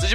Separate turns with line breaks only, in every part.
Seja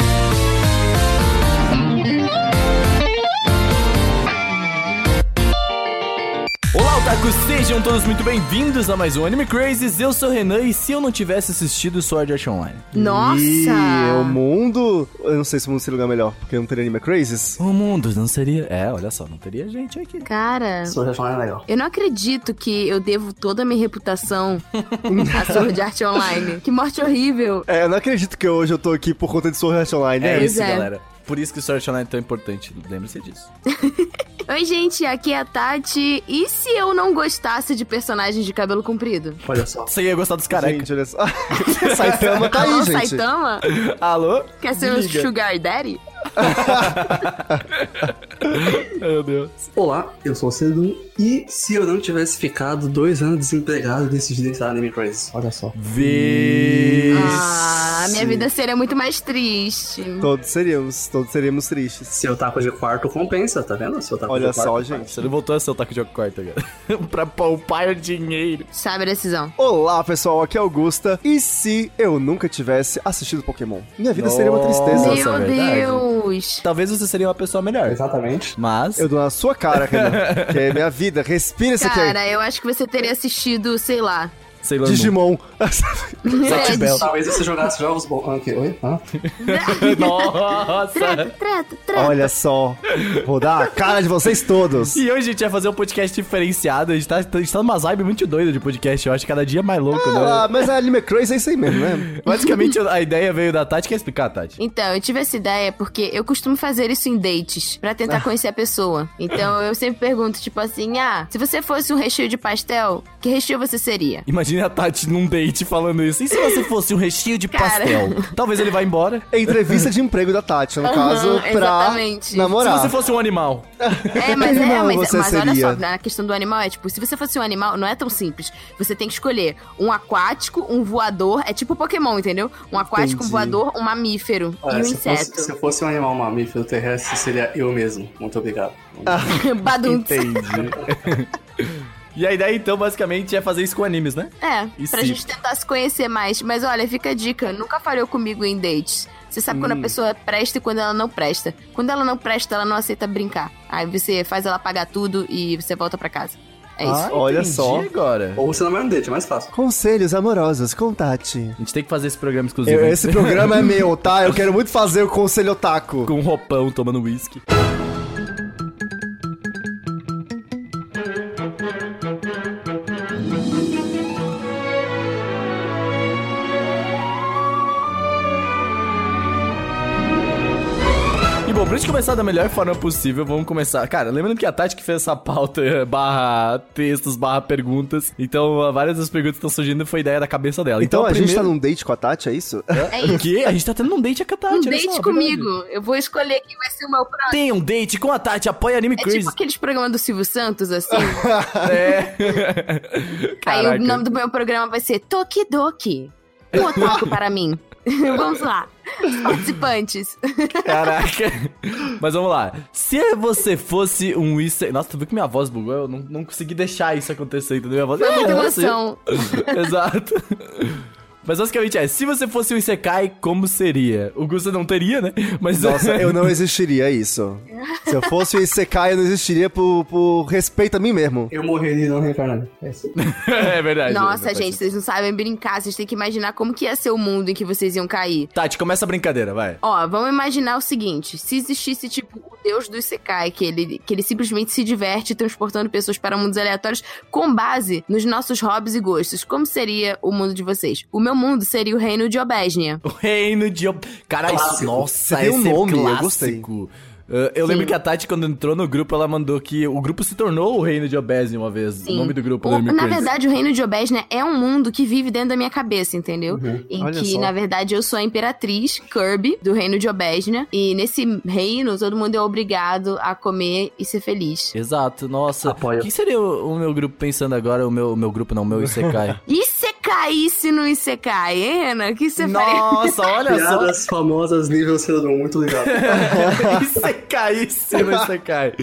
Olá, otakus! Sejam todos muito bem-vindos a mais um Anime Crazes. Eu sou o Renan e se eu não tivesse assistido Sword Art Online?
Nossa!
E o mundo. Eu não sei se o mundo seria um lugar melhor, porque não teria anime crazes.
O mundo não seria... É, olha só, não teria gente aqui.
Cara,
Sua reação é legal.
eu não acredito que eu devo toda a minha reputação à Sword Art Online. Que morte horrível.
É, eu não acredito que hoje eu tô aqui por conta de Sword Art Online,
É
né?
isso,
é.
galera. Por isso que Sword Art Online é tão importante, lembre-se disso.
Oi, gente, aqui é a Tati. E se eu não gostasse de personagens de cabelo comprido?
Olha só.
Você ia gostar dos carecas.
Gente, olha só. Saitama tá
Alô,
aí, gente.
Saitama?
Alô?
Quer ser
Me
um
liga.
Sugar Daddy?
Meu Deus.
Olá, eu sou o Cedu. E se eu não tivesse ficado dois anos desempregado nesses dias da Anime Crazy? Olha só.
Vê...
Ah, minha vida seria muito mais triste.
Todos seríamos, todos seríamos tristes.
Seu taco de quarto compensa, tá vendo? Seu taco
Olha
de quarto
só,
compensa.
gente.
Você não voltou a ser o taco de quarta, cara. pra poupar o dinheiro.
Sabe a decisão.
Olá, pessoal, aqui é Augusta. E se eu nunca tivesse assistido Pokémon? Minha vida seria uma
Nossa,
tristeza.
Meu
verdade.
Deus.
Talvez você seria uma pessoa melhor.
Exatamente.
Mas...
Eu dou na sua cara, Renan. que é minha vida. Respira isso aqui.
Cara, eu acho que você teria assistido, sei lá.
Sei lá,
Digimon.
Zatch Bell.
Talvez você jogasse jogos bons. Ah, ok, Oi? Hã?
Nossa!
Treta, treta, treta.
Olha só. Vou dar a cara de vocês todos.
E hoje a gente vai fazer um podcast diferenciado. A gente tá, a gente tá numa vibe muito doida de podcast. Eu acho cada dia mais louco,
Ah,
né?
mas a Anime Crazy é isso aí mesmo, né?
Basicamente, a ideia veio da Tati. Quer explicar, Tati?
Então, eu tive essa ideia porque eu costumo fazer isso em dates, pra tentar conhecer a pessoa. Então, eu sempre pergunto, tipo assim, ah, se você fosse um recheio de pastel, que recheio você seria?
Imagina a Tati num date falando isso. E se você fosse um recheio de
Cara.
pastel? Talvez ele vá embora.
É entrevista de emprego da Tati, no
Aham,
caso, pra
exatamente.
namorar.
Se você fosse um animal.
É, mas, é,
Não,
mas,
você
mas olha
seria.
só, na questão do animal é tipo, se você fosse um animal, não é tão simples. Você tem que escolher um aquático, um voador, é tipo Pokémon, entendeu? Um aquático, um
Entendi.
voador, um mamífero e
Olha,
um
Ah, É, se,
inseto.
Fosse, se eu fosse um animal mamífero terrestre, seria eu mesmo. Muito obrigado.
Baduntz.
E a ideia, então, basicamente, é fazer isso com animes, né?
É,
E
pra
se-
gente tentar se conhecer mais. Mas olha, fica a dica, nunca falhou comigo em dates. Você sabe
Hum.
quando a pessoa presta e quando ela não presta. Quando ela não presta, ela não aceita brincar. Aí você faz ela pagar tudo e você volta pra casa. É isso.
Ah,
Olha
entendi
só.
agora.
Ou você não vai no date, é mais fácil.
Conselhos amorosos com Tati.
A gente tem que fazer esse programa exclusivo.
Eu-
hein?
esse programa é meu, tá? Eu quero muito fazer o Conselho Otaku.
com um roupão tomando uísque. E Bom, pra gente começar da melhor forma possível, vamos começar. Cara, lembrando que a Tati que fez essa pauta eh, barra textos, barra perguntas. Então, ah, várias das perguntas que estão surgindo foi ideia da cabeça dela.
Então, a gente tá
primeira-
num date com a Tati, é isso?
É isso.
Que? A gente tá tendo um date com a Tati.
Um
olha
date
só,
comigo.
verdade.
Eu vou escolher quem vai ser o meu próximo.
Tenha um date com a Tati, apoia Anime
É
Crazy.
tipo aqueles programas do Silvio Santos, assim.
É.
Aí o nome do meu programa vai ser Tokidoki. Um otaku para mim. Vamos lá. Participantes.
Caraca. Mas vamos lá. Se você fosse um easter... Nossa, tu viu que minha voz bugou? Eu não, não consegui deixar isso acontecer, entendeu? Minha voz... Eu não
Muita
vou ser.
emoção.
Exato. Mas basicamente é, se você fosse um Isekai, como seria? O Gusta não teria, né? Mas
Nossa, eu não existiria, é isso. Se eu fosse o Isekai, eu não existiria por, por respeito a mim mesmo.
Eu morreria e não reencarnaria. É isso.
é verdade.
Nossa,
é verdade.
gente, vocês não sabem brincar. Vocês têm que imaginar como que ia ser o mundo em que vocês iam cair.
Tati, começa a brincadeira, vai.
Ó, vamos imaginar o seguinte: se existisse, tipo, o deus do Isekai, que ele, que ele simplesmente se diverte transportando pessoas para mundos aleatórios com base nos nossos hobbies e gostos, como seria o mundo de vocês? O meu mundo seria o reino de Obésnia.
O reino de... Ob- Cara, isso,
Clássico.
nossa,
Você tem um
esse é
nome, eu
clássico.
gostei.
Uh, eu lembro
Sim.
que a Tati, quando entrou no grupo, ela mandou que o grupo se tornou o reino de Obese uma vez. O
Sim.
nome do grupo,
O-
do Anime
na
Crazy.
verdade, o reino de Obésnia é um mundo que vive dentro da minha cabeça, entendeu? Em
Uhum. Olha
que,
só.
na verdade, eu sou a imperatriz Kirby do reino de Obésnia. E nesse reino, todo mundo é obrigado a comer e ser feliz.
Exato, nossa.
Apoio.
O que seria o, o meu grupo pensando agora? O meu, o meu grupo não, o meu Isekai.
E se caísse no Isekai, hein, Renan? O que você faria?
nossa, olha só.
Piadas famosas nível Cedu, muito legal.
Isekai, isso não Isekai.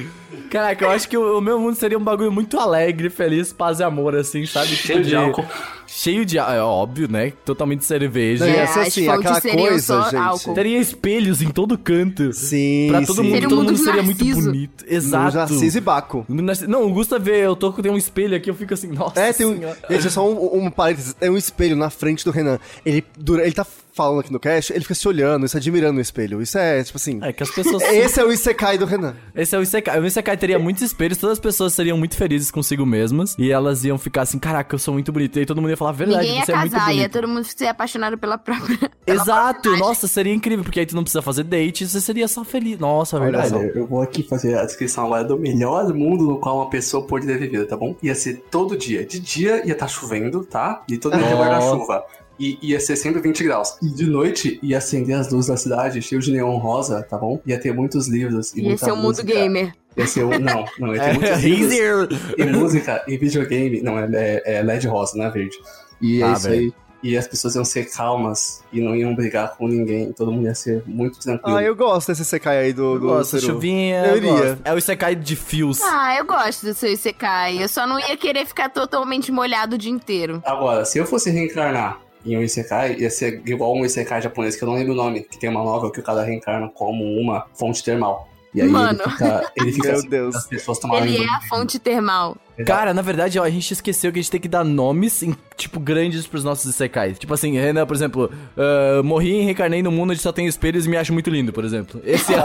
Caraca, eu acho que o, o meu mundo seria um bagulho muito alegre, feliz, paz e amor, assim, sabe? Tipo
Cheio de álcool.
Cheio de álcool. É óbvio, né? Totalmente cerveja.
Não,
É,
ia ser
as
assim,
fontes
aquela
seriam
coisa,
só
gente.
álcool.
Teria espelhos em todo canto.
Sim,
pra todo
sim.
mundo,
Seria um
todo
mundo
mundo
de
seria muito
Narciso.
bonito. Exato.
Narciso e Baco.
Narciso- Não, o Gusta vê, eu tô com tem um espelho aqui, eu fico assim, nossa.
É, tem um.
senhora.
Gente, é só um, um parênteses. É um espelho na frente do Renan. Ele, dura, ele tá falando aqui no cast, ele fica se olhando, se admirando o espelho. Isso é, tipo assim.
É que as pessoas.
Esse é o Isekai do Renan.
Esse é o Isekai. O Isekai teria muitos espelhos, todas as pessoas seriam muito felizes consigo mesmas. E elas iam ficar assim, caraca, eu sou muito bonita. E todo mundo ia falar, verdade,
Ninguém ia
você é muito
casar, ia
bonita.
todo mundo ser apaixonado pela própria.
Exato, nossa, seria incrível, porque aí tu não precisa fazer date, você seria só feliz. Nossa, é
Olha
verdade.
só, eu vou aqui fazer a descrição agora do melhor mundo no qual uma pessoa pode ter vivido, tá bom? Ia ser todo dia. De dia ia estar chovendo, tá? E todo dia vai dar chuva. E ia ser sempre 20 graus. E de noite ia acender as luzes da cidade, cheio de neon rosa, tá bom? Ia ter muitos livros e
Ia
muita
ser um mundo
música.
gamer.
Ia ser um... Não, não, ia ter muitos livros e música e videogame. Não, é, é, é LED rosa, não é verde. E é
Ah,
isso aí. E as pessoas iam ser calmas e não iam brigar com ninguém. Todo mundo ia ser muito tranquilo.
Ah, eu gosto desse Isekai aí do. do
Nossa,
Seru.
chuvinha.
Eu iria.
gosto. É o Isekai de fios.
Ah, eu gosto do seu Isekai. Eu só não ia querer ficar totalmente molhado o dia inteiro.
Agora, se eu fosse reencarnar em um Isekai, ia ser igual um Isekai japonês, que eu não lembro o nome, que tem uma novel que o cara reencarna como uma fonte termal. E aí
Mano.
ele fica, ele fica
Meu
assim,
Deus.
as pessoas tomarem
Ele é a fonte termal.
Cara, na verdade, ó, a gente esqueceu que a gente tem que dar nomes, em, tipo, grandes pros nossos Isekais. Tipo assim, Renan, por exemplo, ah, morri e reencarnei no mundo onde só tem espelhos e me acho muito lindo, por exemplo. Esse é o,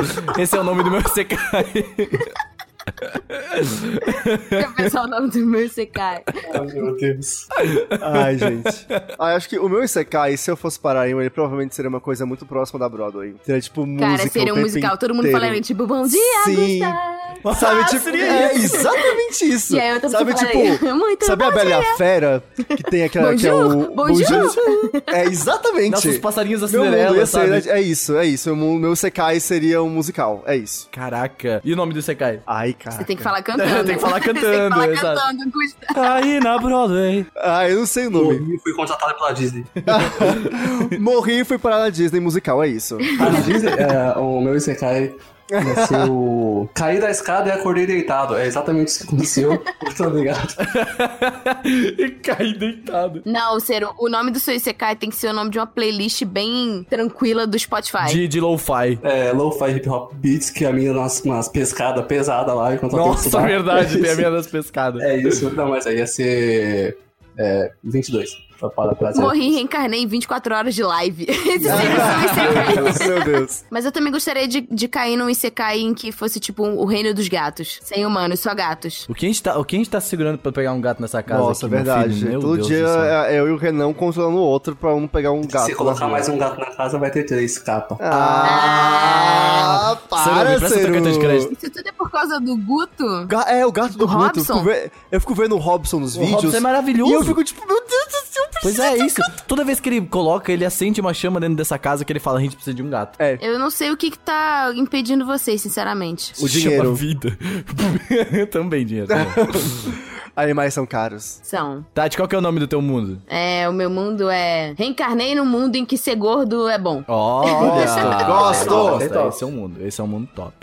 esse é o nome do meu Isekai.
Eu pensar o nome do meu Isekai.
Ah, meu Deus.
Ai, gente. Ah, eu acho que o meu Isekai, se eu fosse parar em um, ele provavelmente seria uma coisa muito próxima da Broadway. Seria tipo música.
Cara, seria
o
um
tempo
musical. Todo mundo
inteiro.
falaria, tipo, bom dia,
Sim.
Gustavo.
Sabe,
Ah,
tipo,
seria
é exatamente isso.
né? E aí outra pessoa
sabe,
falaria,
tipo,
muito
sabe a
"É, bom
Bela e a Fera? Que tem aquela que é
Bonjour,
o.
bonjour.
É exatamente.
Nossos passarinhos da
Meu mundo ia
Cinderela,
ser,
sabe?
é isso, é isso. O mu- meu Sekai seria um musical, é isso.
Caraca. E o nome do Isekai?
Ai, cara.
Você tem que falar cantando.
Tem que falar cantando,
Tem que falar
exato.
cantando, Gustavo.
Aí na Broadway.
Ah, eu não sei o nome.
Eu fui contratado pela Disney.
Morri e fui parar na Disney musical, é isso.
A Disney é, o meu Isekai ia ser o... Caí da escada e acordei deitado. É exatamente isso que aconteceu. Muito obrigado.
e caí deitado.
Não, Ciro, o nome do seu Isekai tem que ser o nome de uma playlist bem tranquila do Spotify.
De, de lo-fi.
É, lo-fi hip hop beats, que é a minha nas umas pescadas pesadas lá enquanto eu tenho que
Nossa,
estudar.
verdade, tem a minha das pescadas.
É isso, não, mas aí ia ser. É, 22. Pra parar pra dizer.
Morri e rreencarnei em 24 horas de live. Esse seria o seu Isekai.
meu Deus, meu Deus.
Mas eu também gostaria de, de cair num Isekai em que fosse, tipo, um- o reino dos gatos. Sem humanos, só gatos.
O que, a gente tá, o que a gente tá segurando pra pegar um gato nessa casa?
Nossa,
aqui, meu
verdade.
filho? Meu
Todo
Deus
dia
do céu.
é- é eu e o Renan controlando o outro pra um pegar um gato.
Se colocar
na rua.
mais um gato na casa, vai ter três capa.
Ah,
Seru,
para,
me presta teu
Seru.
cartão de crédito.
Isso tudo é por causa do Guto?
Ga- É, o gato do,
Do
Guto. Eu
Robson?
fico, ve- eu fico vendo o Robson nos
O
vídeos.
Robson é maravilhoso.
E eu fico tipo, meu Deus do céu, eu preciso.
Pois é, é isso. Toda vez que ele coloca, ele acende uma chama dentro dessa casa que ele fala, a gente precisa de um gato.
É,
Eu não sei o que, que tá impedindo vocês, sinceramente.
O dinheiro.
Chama vida. Também dinheiro.
animais são caros.
São.
Tati, qual que é o nome do teu mundo?
É, o meu mundo é. Reencarnei no mundo em que ser gordo é bom.
Olha!
Gosto.
Gosto! Esse é um mundo, esse é um mundo top.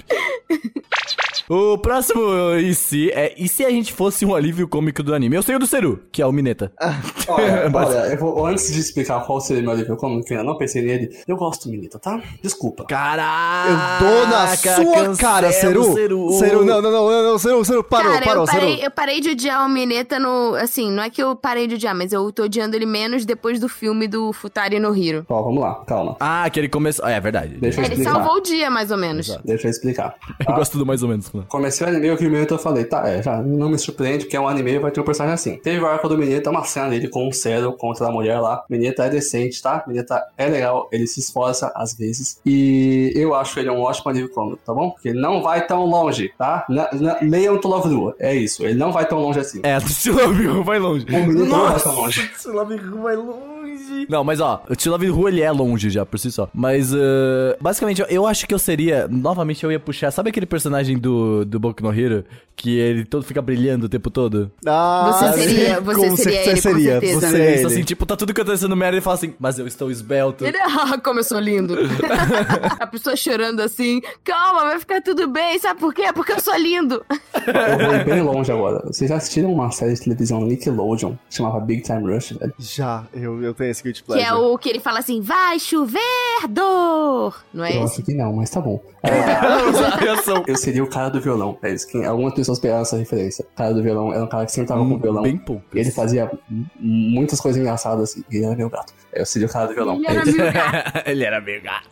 O próximo e se é e se a gente fosse um alívio cômico do anime? Eu sei o do Seru, que é o Mineta.
Olha, olha, eu vou, antes de explicar qual seria meu nível cômico, que eu não pensei nele, eu gosto, menina, tá? Desculpa.
Caraca!
Ah,
eu dou na sua
cancela
cara,
o
Seru.
Seru.
Seru, não, não, não, não, não, Seru, Seru, parou,
Cara,
parou,
eu, parei,
Seru.
eu parei de odiar o Mineta no. Assim, não é que eu parei de odiar, mas eu tô odiando ele menos depois do filme do Futari no Hiro.
Ó, vamos lá, calma.
Ah, que ele começou. Ah, é verdade.
Deixa eu
Ele
explicar.
salvou o dia, mais ou menos.
Deixa eu explicar.
Eu gosto do mais ou menos. mano.
Comecei o anime, eu vi o Minato eu falei, tá, é, já não me surpreende, porque é um anime vai ter um personagem assim. Teve o arco do Mineta, uma cena dele com o Cero contra a mulher lá. Mineta é decente, tá? Mineta é legal, ele se esforça às vezes. E eu acho ele um ótimo anime cômico, tá bom? Porque ele não vai tão longe, tá? Na, na, leiam To Love Lua, é isso, ele não vai tão longe assim.
É, do Silabirro vai longe.
O Mineta não vai tão longe.
Silabirro vai longe.
longe.
Não, mas ó, o Tio Love Who ele é longe já, por si só. Mas, eh, basicamente, eu, eu acho que eu seria. Novamente, eu ia puxar. Sabe aquele personagem do, do Boku no Hero? Que ele todo fica brilhando o tempo todo?
Ah,
Você seria- você
com
seria
certeza
ele, com
seria.
certeza.
Você
Ele
é
pensa
ele.
assim, tipo, tá tudo acontecendo merda e fala assim, mas eu estou esbelto.
Ele, ah, como eu sou lindo. a pessoa chorando assim, calma, vai ficar tudo bem. Sabe por quê? Porque eu sou lindo.
Eu vou ir bem longe agora. Vocês já assistiram uma série de televisão Nickelodeon que chamava Big Time Rush, velho?
Já, eu, eu tenho esse guilty
Que
pleasure.
é o que ele fala assim, vai chover dor. Não é
Eu
esse?
acho que não, mas tá bom.
é um
um
Eu seria o cara do violão. É isso. que algumas pessoas pegaram essa referência. O cara do violão era um cara que sentava com o violão.
Hum, Bem pouco.
Ele fazia m- muitas coisas engraçadas assim, e ele era meu gato. Eu seria o cara do violão.
Ele
É
era
isso.
meu gato.
ele era meio gato.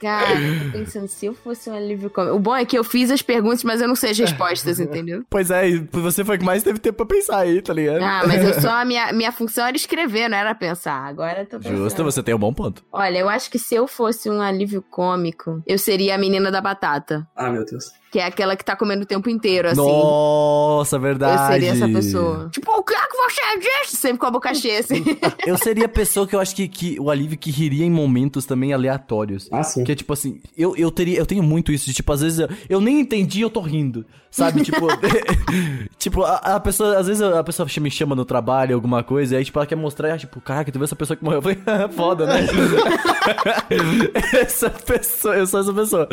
Cara, eu tô pensando, se eu fosse um alívio cômico. O bom é que eu fiz as perguntas, mas eu não sei as respostas, entendeu?
Pois é, e você foi o que mais teve tempo pra pensar aí, tá ligado?
Ah, mas eu só. A minha, minha função era escrever, não era pensar. Agora eu tô pensando.
Justo, você tem um bom ponto.
Olha, eu acho que se eu fosse um alívio cômico, eu seria a menina da batata.
Ah, meu Deus.
Que é aquela que tá comendo o tempo inteiro, assim.
Nossa,
Eu
verdade.
seria essa pessoa. Tipo, o que é que você disse? Sempre com a boca cheia, assim.
Eu seria a pessoa que eu acho que, que o alívio que riria em momentos também aleatórios.
Ah, sim.
Que é tipo assim, eu, eu teria, eu tenho muito isso de tipo, às vezes eu, eu nem entendi e eu tô rindo. Sabe? Tipo, tipo, a, a pessoa, às vezes a pessoa me chama no trabalho, alguma coisa, e aí tipo, ela quer mostrar, ah, tipo, caraca, tu viu essa pessoa que morreu? Eu falei, "Ah, foda, né? essa pessoa, eu sou essa pessoa.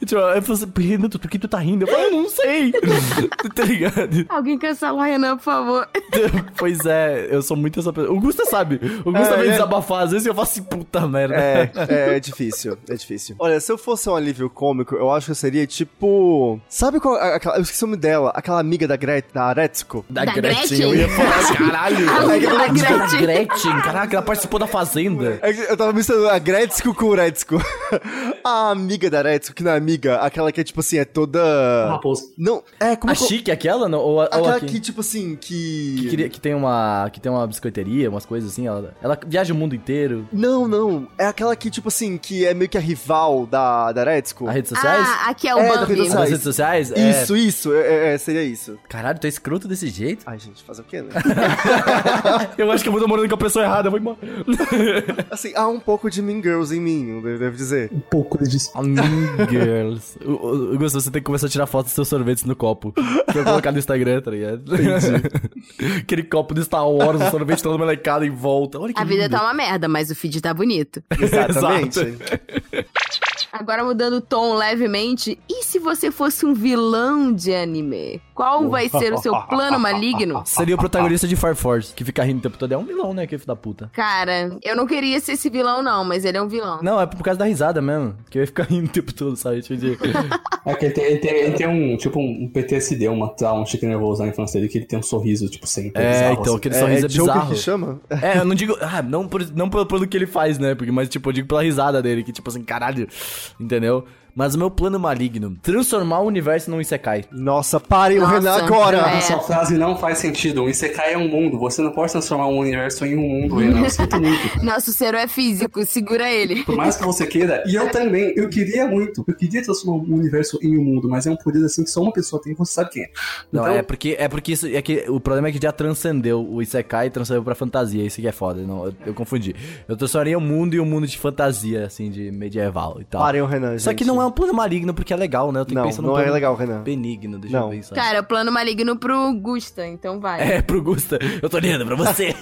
E, tipo, eu falei assim, Renan, tu- por que tu tá rindo? Eu falei, eu não sei. tá ligado?
Alguém cancela o Renan, por favor.
pois é, eu sou muito essa pessoa. O Gusta sabe. O Gusta
É,
vem
ele é-
desabafar, às vezes eu faço assim, puta merda.
É, é difícil, é difícil. Olha, se eu fosse um alívio cômico, eu acho que eu seria tipo. Sabe qual. a- Aquela, eu esqueci o nome dela, aquela amiga da Gret, da Aretsuko.
Da,
Da
Gretchen,
Gretchen?
eu ia falar, caralho.
A
Da
Gretchen.
Da Gretchen, caraca, ela participou da Fazenda.
É que Eu tava misturando a Gretzko com o Retsuko. A amiga da Aretsuko, que não é amiga, aquela que é tipo assim, é toda.
Raposo.
Não, é, como
A
é que. eu-
Chique, aquela? Não? Ou, a- ou
Aquela
a
que,
que,
tipo assim, que.
que queria- que tem uma que tem uma biscoiteria, umas coisas assim. Ela, ela viaja o mundo inteiro.
Não, não. É aquela que, tipo assim, que é meio que a rival da, da Aretsuko.
As redes sociais?
Ah, aqui é o
É, da
Bambi.
Pedro
As redes sociais? É.
Isso, isso, é- é- é, seria isso.
Caralho, tu é escroto desse jeito?
Ai, gente, fazer o quê, né?
Ah, Eu acho que eu vou namorando com a pessoa errada, eu vou embora.
Assim, há um pouco de Mean Girls em mim, eu devo dizer.
Um pouco de dis-
Mean Girls. O- o- o Augusto, você tem que começar a tirar fotos dos seus sorvetes no copo. Pra eu colocar no Instagram, tá ligado? Aquele copo do Star Wars, o sorvete todo molecado em volta. Olha que
A vida
lindo.
tá uma merda, mas o feed tá bonito.
Exatamente.
Agora mudando o tom levemente, e se você fosse um vilão de anime? Qual vai ser o seu plano maligno?
Seria o protagonista de Fire Force, que fica rindo o tempo todo. É um vilão, né, que filho da puta.
Cara, eu não queria ser esse vilão, não, mas ele é um vilão.
Não, é por causa da risada mesmo. Que eu ia ficar rindo o tempo todo, sabe? Tipo de...
É que ele tem, ele tem- ele tem um, tipo, um PTSD, uma trauma, um chique nervoso na infância dele, que ele tem um sorriso, tipo, sempre.
É,
bizarro,
então,
assim.
aquele sorriso é,
Joker
bizarro.
que chama?
É, eu não digo. Ah, não, por, não pelo, pelo que ele faz, né? Porque, mas, tipo, eu digo pela risada dele, que, tipo assim, caralho. Entendeu? Mas o meu plano maligno: transformar o universo num Isekai.
Nossa, parem o
Nossa,
Renan agora!
A
é.
Ah, sua frase não faz sentido. Um Isekai é um mundo. Você não pode transformar um universo em um mundo, Renan. Eu sinto muito.
Nosso cérebro é físico, segura ele.
Por mais que você queira. E eu também. Eu queria muito. Eu queria transformar um universo em um mundo, mas é um poder assim que só uma pessoa tem. Você sabe quem é.
Não,
Então,
é porque é porque isso. É que, o problema é que já transcendeu o Isekai e transcendeu pra fantasia. Isso que é foda. Não, eu, eu confundi. Eu transformaria o mundo em um mundo de fantasia, assim, de medieval e tal.
Parem o Renan,
Tá. Só
gente.
que não é um plano maligno, porque é legal, né? Eu tenho
Não,
que pensar num
não é
plano
legal, Renan.
benigno, deixa
Não.
eu pensar.
Cara, o plano maligno pro Gusta, então vai.
É, pro Gusta, eu tô olhando pra você.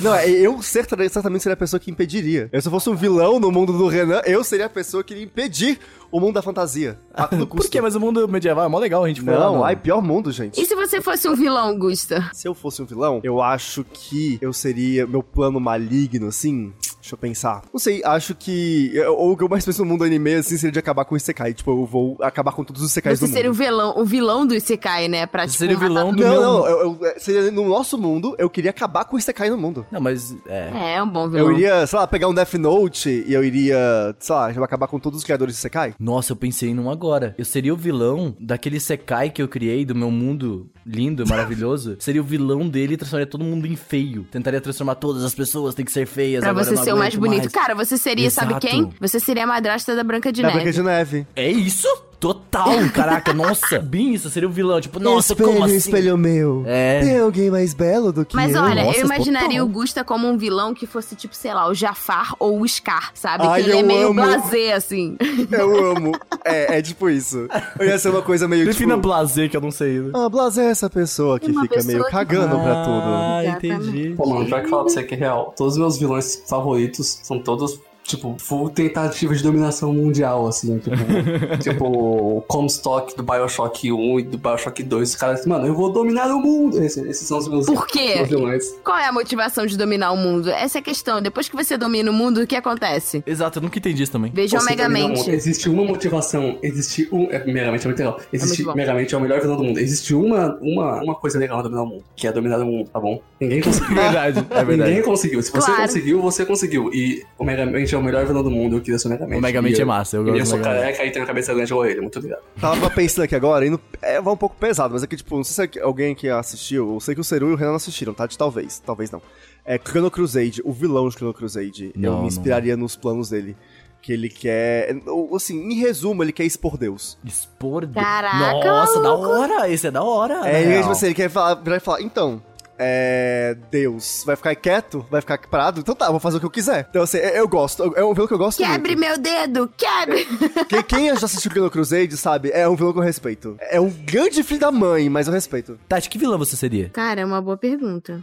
Não, é, eu certa- certamente seria a pessoa que impediria. Eu, se eu fosse um vilão no mundo do Renan, eu seria a pessoa que iria impedir o mundo da fantasia. A todo
Por
custo.
quê? Mas o mundo medieval é mó legal, a gente foi lá,
Não, ai, pior mundo, gente.
E se você fosse um vilão, Gusta?
Se eu fosse um vilão, eu acho que eu seria meu plano maligno, assim. Deixa eu pensar. Não sei, acho que. eu- Ou o que eu mais penso no mundo anime, assim, seria de acabar com o Isekai. Tipo, eu vou acabar com todos os Isekais
Você
do
seria o
mundo.
vilão, o vilão do Isekai, né? Pra,
Você
tipo,
seria o
matar
vilão
todo
do
Não,
meu
não,
mundo.
eu, eu- seria no nosso mundo, eu queria acabar com o Isekai no mundo.
Não, mas é.
mundo. É, é um bom vilão.
Eu iria, sei lá, pegar um Death Note e eu iria, sei lá, eu ia acabar com todos os criadores de Isekai.
Nossa, eu pensei num agora. Eu seria o vilão daquele Sekai que eu criei do meu mundo lindo, maravilhoso. seria o vilão dele e transformaria todo mundo em feio. Tentaria transformar todas as pessoas, tem que ser feias.
Pra
agora eu
você
não
ser o mais
aguento
bonito. Cara, você seria, sabe
Exato.
quem? Você seria a madrasta da Branca de
Da
Neve.
Branca de Neve.
É isso? Total, caraca, nossa. Bem isso, seria o vilão. Tipo, nossa, como assim?
meu.
É.
Tem alguém mais belo do que
Mas
eu?
olha,
nossa,
eu imaginaria
total.
o Gusta como um vilão que fosse, tipo, sei lá, o Jafar ou o Scar, sabe?
Ai,
que ele é
eu
meio
amo.
blasé, assim.
Eu amo. É, é tipo isso. Eu ia ser uma coisa meio
Defina
tipo...
blazer, que eu não sei. né?
Ah, Blas é essa pessoa que
Uma
fica
pessoa
meio
que-
cagando pra tudo.
Ah,
Exatamente.
entendi.
Pô, mano, pior que falar pra você que é real. Todos os meus vilões favoritos são todos, tipo, full tentativa de dominação mundial, assim. Tipo, tipo o Comstock do Bioshock 1 e do Bioshock 2. Os caras, mano, eu vou dominar o mundo. Esse- Esses, são os meus,
Por quê?
meus vilões.
Qual é a motivação de dominar o mundo? Essa é a questão. Depois que você domina o mundo, o que acontece?
Exato, eu nunca entendi isso também.
Veja
Você tá domina o mundo.
Omegamente.
um Existe uma motivação, existe um. É, meramente é muito legal. Existe,
muito bom.
meramente é o melhor vilão do mundo. Existe uma, uma, uma coisa legal em dominar o mundo, que é dominar o mundo, tá bom? Ninguém conseguiu.
Verdade, é
Ninguém
verdade.
conseguiu. Se você
Claro.
conseguiu, você conseguiu. E o Megamente é o melhor vilão do mundo. Eu queria ser o Megamente.
O Megamente
E
é
eu-
massa, eu
E eu
gosto do
sou
Megamente.
careca e tenho a cabeça grande igual ele. Muito obrigado.
Tava pensando aqui agora, indo, é, vai um pouco pesado, mas é que, tipo, não sei se é alguém que assistiu, eu sei que o Seru e o Renan não assistiram, tá? De talvez, talvez não. É Chrono Crusade, o vilão de Chrono Crusade, eu
Não,
me
não.
inspiraria nos planos dele. Que ele quer. ou, Assim, em resumo, ele quer expor Deus.
Expor do-
Caraca,
Nossa, da hora. Esse é da hora. na
é, ele,
real.
tipo assim, ele quer falar, virar e falar, então. É. Deus, vai ficar quieto? Vai ficar parado? Então tá, vou fazer o que eu quiser. Então, assim, é- eu gosto. eu- É um vilão que eu gosto
Quebre
muito.
meu dedo! Quebre!
Quem, quem já assistiu Chrono Crusade sabe, é um vilão que eu respeito. É um grande filho da mãe, mas eu respeito.
Tati, que vilão você seria?
Cara, é uma boa pergunta.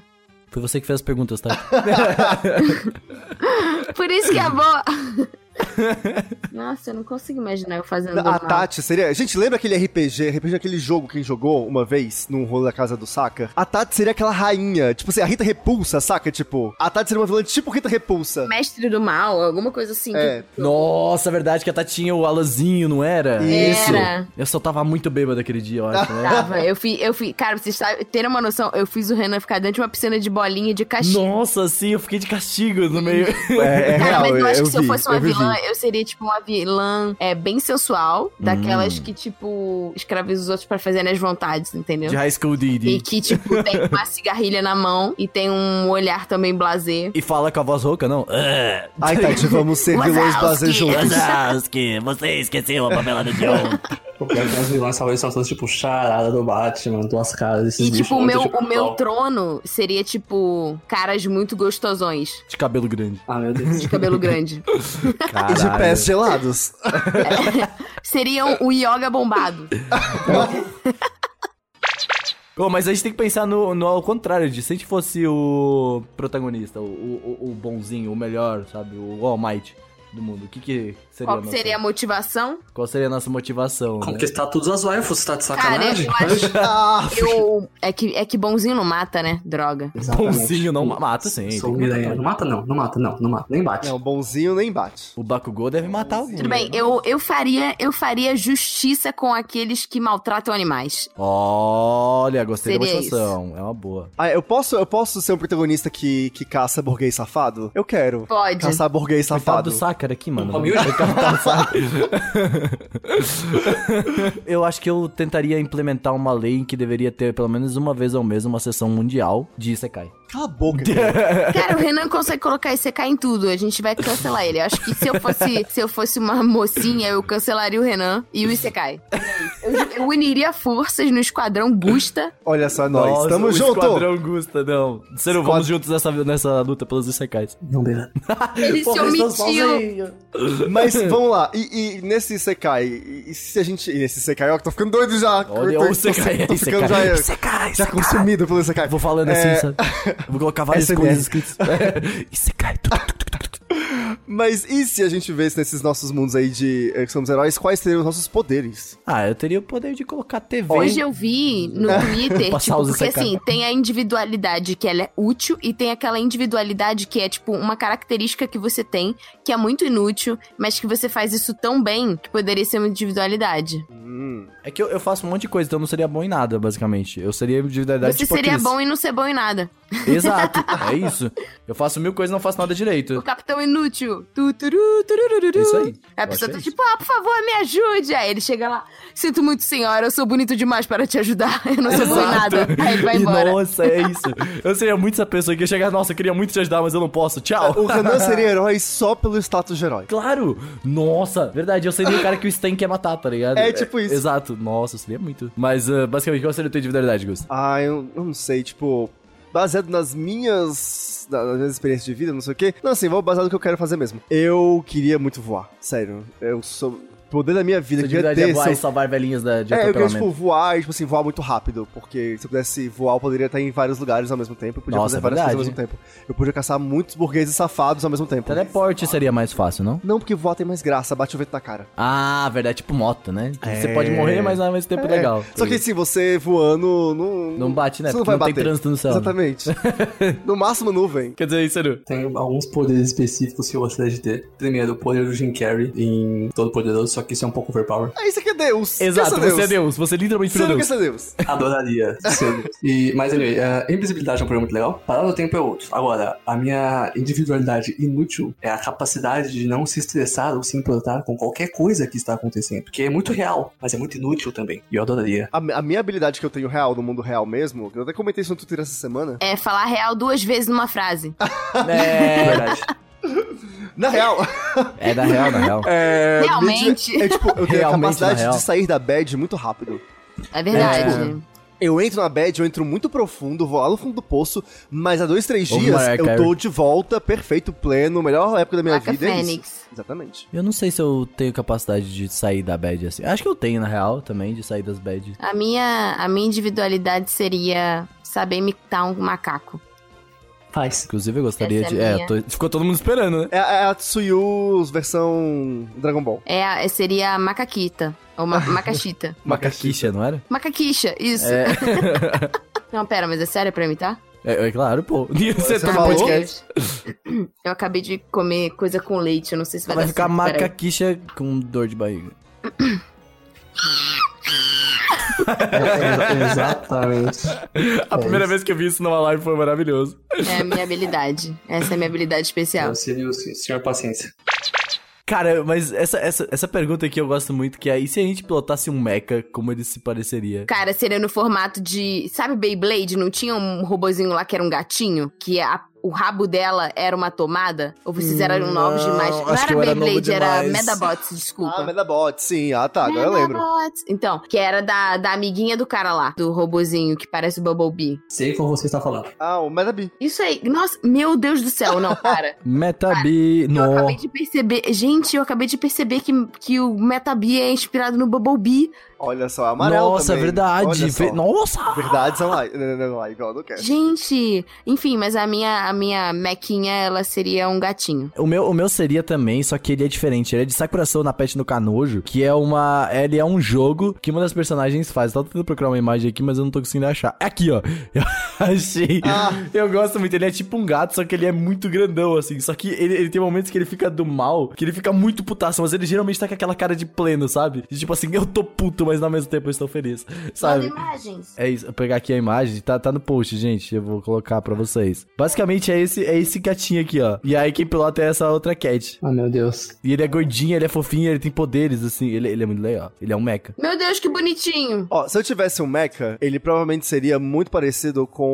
Foi você que fez as perguntas, Tati.
Por isso que é boa. Nossa, eu não consigo imaginar eu fazendo
A
mal.
Ah, Tati seria. Gente, lembra aquele RPG? RPG é aquele jogo que a gente jogou uma vez num rolo da casa do Saka? A Tati seria aquela rainha. Tipo assim, a Rita Repulsa, saca? Tipo, a Tati seria uma vilã tipo Rita Repulsa.
Mestre do mal, alguma coisa assim. que
É.
Nossa, é verdade que a Tati tinha o Alanzinho, não era?
Isso.
Era.
Eu só tava muito bêbado aquele dia, eu acho, né?
É. Tava, eu fiz, eu fiz. Cara, pra vocês sabem- terem uma noção, eu fiz o Renan ficar dentro de uma piscina de bolinha de caixinha.
Nossa, sim, eu fiquei de castigo no meio.
É, é
Cara,
real,
mas eu acho que
eu
se eu
vi,
fosse uma
vi.
vilã, eu seria, tipo, uma vilã é, bem sensual, daquelas
Hum.
que, tipo, escraviza os outros pra fazerem as vontades, entendeu?
De High School
E
Didi.
que, tipo, tem uma cigarrilha na mão e tem um olhar também blazer.
E fala com a voz rouca, não? Ah,
Ai, Tati, vamos ser vilões blazer
Wazowski.
juntos.
Wazowski, você esqueceu a Pamela do John.
O pior é que meus vilões talvez são todos tipo charada do Batman, duas caras. Esses
E,
bichos
tipo, o
muito,
meu,
tipo,
o meu
igual.
trono seria, tipo, caras muito gostosões,
De cabelo grande.
Ah, meu Deus.
de cabelo grande. É.
E de pés gelados.
Seriam o yoga bombado.
Pô, mas a gente tem que pensar no, no ao contrário disso. Se a gente fosse o protagonista, o, o, o bonzinho, o melhor, sabe? O All Might do mundo. O que que seria, a
Qual que
nossa,
seria a motivação?
qual seria a nossa motivação, né?
Conquistar todas as waifus, você tá de
Cara,
sacanagem?
eu acho
Ah,
que eu... É que, é que bonzinho não mata, né? Droga.
Exatamente.
Bonzinho não ma- mata, sim. tem
Sou
que matar.
Miranha. Não mata, não, não mata, não, não mata, nem bate.
não, bonzinho nem bate.
O Bakugou deve matar alguém. né?
Tudo bem, eu, eu, faria, eu faria justiça com aqueles que maltratam animais.
Olha, gostei da
Seria
motivação. É uma boa.
Ah, eu posso, eu posso ser um protagonista que, que caça burguês safado? Eu quero.
Pode.
Caçar burguês
Coitado do
safado.
Sakura aqui, mano.
Humilde.
Coitado do Sakura. eu acho que eu tentaria implementar uma lei em que deveria ter pelo menos uma vez ao mês uma sessão mundial de Isekai.
Cala a boca. cara.
Cara, o Renan consegue colocar esse CK em tudo. A gente vai cancelar ele. Eu acho que se eu fosse, se eu fosse uma mocinha, eu cancelaria o Renan e o Isekai. Eu, eu uniria forças no esquadrão Gusta.
Olha só, nós.
Nossa,
Tamo
o
junto.
Esquadrão Gusta, não. Você não vamos juntos nessa, nessa luta pelos Isekais.
Não, beleza.
Ele
Tipo,
se omitiu.
Mas vamos lá, e, e nesse Sekai, e e se a gente. E nesse Sekai, ó, que tô ficando doido já.
Olha
tô,
o Isekai.
tô ficando já,
Isekai,
já
Isekai, Isekai.
consumido pelo Sekai.
Vou falando
É,
assim, sabe? Vou colocar várias
SMR.
coisas escritas. é Isekai. tu, tu, tu, tu, tu, tu.
Mas e se a gente vê nesses nossos mundos aí de eh, que somos heróis, quais seriam os nossos poderes?
Ah, eu teria o poder de colocar TV.
Hoje eu vi no Twitter,
Passar
tipo,
os
porque
ICK.
assim, tem a individualidade que ela é útil e tem aquela individualidade que é, tipo, uma característica que você tem, que é muito inútil, mas que você faz isso tão bem que poderia ser uma individualidade.
Hum.
É que eu, eu faço um monte de coisa, então eu não seria bom em nada, basicamente. Eu seria individualidade
você
tipo
seria
aqueles-
bom em não ser bom em nada.
Exato, é isso. Eu faço mil coisas e não faço nada direito.
O capitão inútil. Tu, turu, turururu.
É isso aí.
A
Eu
pessoa tá
acho é
tipo, ah, por favor, me ajude. Aí ele chega lá, sinto muito, senhora, eu sou bonito demais para te ajudar. Eu não sou bom em
Exato.
nada. Aí ele vai
E,
embora.
Nossa, é isso. Eu seria muito essa pessoa que ia chegar, nossa, eu queria muito te ajudar, mas eu não posso. Tchau.
O Renan seria herói só pelo status de herói.
Claro! Nossa, verdade, eu seria o cara que o Stan quer matar, tá ligado?
É, tipo isso.
Exato. Nossa, eu seria muito. Mas, ah, basicamente, qual seria a tua individualidade, Gus?
Ah, eu eu não sei, tipo. Baseado nas minhas. na- nas minhas experiências de vida, não sei o quê. Não, assim, vou baseado no que eu quero fazer mesmo. Eu queria muito voar. Sério. Eu sou. o Poder da minha vida,
Sua
eu queria
individualidade é
ter.
voar e
Seu...
salvar velhinhas da, de
É, eu queria,
atropelamento.
tipo, voar e, tipo assim, voar muito rápido. Porque se eu pudesse voar, eu poderia estar em vários lugares ao mesmo tempo. Eu podia
Nossa,
fazer várias
é
coisas ao mesmo tempo. Eu podia caçar muitos burgueses safados ao mesmo tempo.
Teleporte seria mais fácil, não?
Não, porque voar tem mais graça, bate o vento na cara.
Ah, verdade, tipo moto, né? Você
É.
pode morrer, mas ao mesmo tempo é
É.
legal.
Só que se você voando, não.
Não bate, né?
Você não
Porque
vai
não tem
bater.
trânsito no céu, né?
Exatamente. no máximo, nuvem.
Quer dizer, isso é não.
Tem alguns poderes específicos que eu gostaria de ter. Primeiro, o poder do Jim Carrey em Todo Poderoso, só que isso é um pouco overpower.
Ah, isso aqui é Deus.
Exato,
Quer ser
você é Deus. Você literalmente
Você
virou
não quer
Deus.
ser Deus.
Adoraria ser. E, mas anyway, a invisibilidade é um programa muito legal. Parado do tempo é outro. Agora, a minha individualidade inútil é a capacidade de não se estressar ou se importar com qualquer coisa que está acontecendo. Porque é muito real, mas é muito inútil também. E eu adoraria.
A, a minha habilidade que eu tenho real, no mundo real mesmo, eu até comentei isso no Twitter essa semana.
É falar real duas vezes numa frase.
É
É,
verdade.
Na real,
é da real, na real.
é.
Realmente.
É tipo, eu tenho a
Realmente, na
capacidade
real.
de sair da bad muito rápido.
É verdade.
Eu entro na bad, eu entro muito profundo, vou lá no fundo do poço, mas há dois, três
Ouve
dias
Mariah
eu
Carey.
tô de volta, perfeito, pleno, melhor época da minha
Placa
vida. é isso.
Fênix.
Exatamente.
Eu não sei se eu tenho capacidade de sair da bad assim. Acho que eu tenho, na real, também, de sair das bad.
A minha, a minha individualidade seria saber imitar um macaco.
Faz.
Inclusive, eu gostaria
Essa é
de.
a
É,
minha.
tô- ficou todo mundo esperando, né?
É, é a Tsuyu versão Dragon Ball.
É, a- seria a macaquita. Ou ma macaxita.
Macaquicha, não era?
Macaquixa, isso.
É,
Não, pera, mas é sério pra imitar?
é, é claro, pô. Você
Você
tá no
falou?
podcast.
Eu acabei de comer coisa com leite, eu não sei se vai,
Vai
dar
ficar
certo, peraí.
macaquicha com dor de barriga.
É, Exatamente.
A primeira vez que eu vi É isso numa live foi maravilhoso.
É a minha habilidade. Essa é a minha habilidade especial.
Eu seria o senhor paciência.
Cara, mas essa, essa, essa pergunta aqui eu gosto muito, que é, e se a gente pilotasse um mecha, como ele se pareceria?
Cara, seria no formato de. Sabe Beyblade? Não tinha um robozinho lá que era um gatinho? Que a- o rabo dela era uma tomada? Ou vocês eram
Não,
novos demais? Não
acho
era
que eu era novo
Beyblade, era
demais.
Medabots, desculpa.
Ah, Medabot, sim. Ah, tá, agora eu lembro.
Medabots. Então, que era da, da amiguinha do cara lá, do robozinho que parece o Bumblebee.
Sei como você está falando.
Ah, o Medabi.
Isso aí, nossa, meu Deus do céu, não, para.
Ah,
Metabi,
Eu
no.
acabei de perceber, gente, eu acabei de perceber que, que o Metabee é inspirado no Bumblebee.
Olha só, amarelo
Nossa, é
também.
verdade.
Olha só.
Ve- Nossa!
Verdades são live. Não, não, não, live, ó, não quero.
Gente, enfim, mas a minha, a minha mequinha, ela seria um gatinho.
O meu, o meu seria também, só que ele é diferente. Ele é de Sakura Soul na Pet no Canojo, que é uma. Ele é um jogo que uma das personagens faz. Eu tava tentando procurar uma imagem aqui, mas eu não tô conseguindo achar. É Aqui, ó. Eu achei. Eu gosto muito. Ele é tipo um gato, só que ele é muito grandão, assim. Só que ele, ele tem momentos que ele fica do mal, que ele fica muito putaço, mas ele geralmente tá com aquela cara de pleno, sabe? De tipo assim, eu tô puto, mas ao mesmo tempo eu estou feliz, sabe?
imagens.
É isso, eu pegar aqui a imagem, tá, tá no post, gente. Eu vou colocar pra vocês. Basicamente é esse, é esse gatinho aqui, ó. E aí quem pilota é essa outra cat.
Ah, meu Deus.
E ele é gordinho, ele é fofinho, ele tem poderes, assim. Ele, ele é muito legal. Ele é um mecha.
Meu Deus, que bonitinho.
Ó, se eu tivesse um Mecha, ele provavelmente seria muito parecido com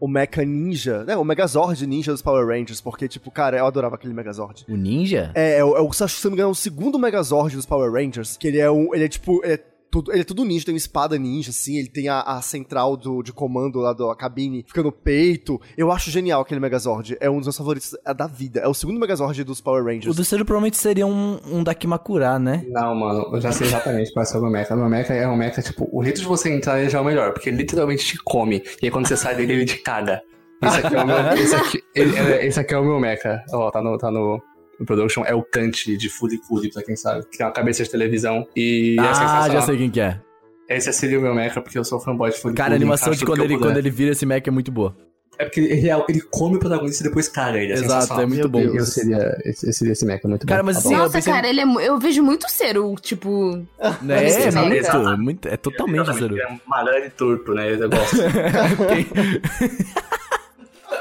o Mecha Ninja, né? O Megazord Ninja dos Power Rangers, porque, tipo, cara, eu adorava aquele Megazord.
O ninja?
É, é, o- é o, se eu não me engano, é o segundo Megazord dos Power Rangers, que ele é um, ele é tipo, ele é tudo, ele é tudo ninja, tem uma espada ninja, assim, ele tem a, a central do, de comando lá da cabine, fica no peito. Eu acho genial aquele Megazord, é um dos meus favoritos é da vida, é o segundo Megazord dos Power
O
Rangers.
terceiro provavelmente seria um, um Dakimakura, né?
Não, mano, eu já sei exatamente qual é o seu mecha. O meu mecha é um mecha, tipo, o jeito de você entrar ele já é o melhor, porque ele literalmente te come. E aí quando você sai dele, ele te caga. Esse aqui é o meu. Esse aqui, ele- é- esse aqui é o meu mecha. Ó, tá no. Tá no... no production é o Kant de Fuliculi, pra quem sabe, que é uma cabeça de televisão e é
ah,
sensacional.
já sei quem que é.
Esse seria o meu mecha, porque eu sou fanboy de Fuliculi.
Cara, a animação de quando ele, quando
ele...
ele vira esse mecha é muito boa.
É porque ele, ele- ele come o protagonista e depois caga ele, é
Exato, é
sensacional.
muito bom.
Eu seria, esse, seria esse mecha, muito
Cara,
bom.
mas
Tá
assim,
bom.
eu
Nossa,
pensei-
cara, ele é, mu- eu vejo muito ser o tipo.
Né?
Esse
É,
é
muito,
legal.
muito. É totalmente zero.
É magrelo e torto, né? Eu gosto.
Tem-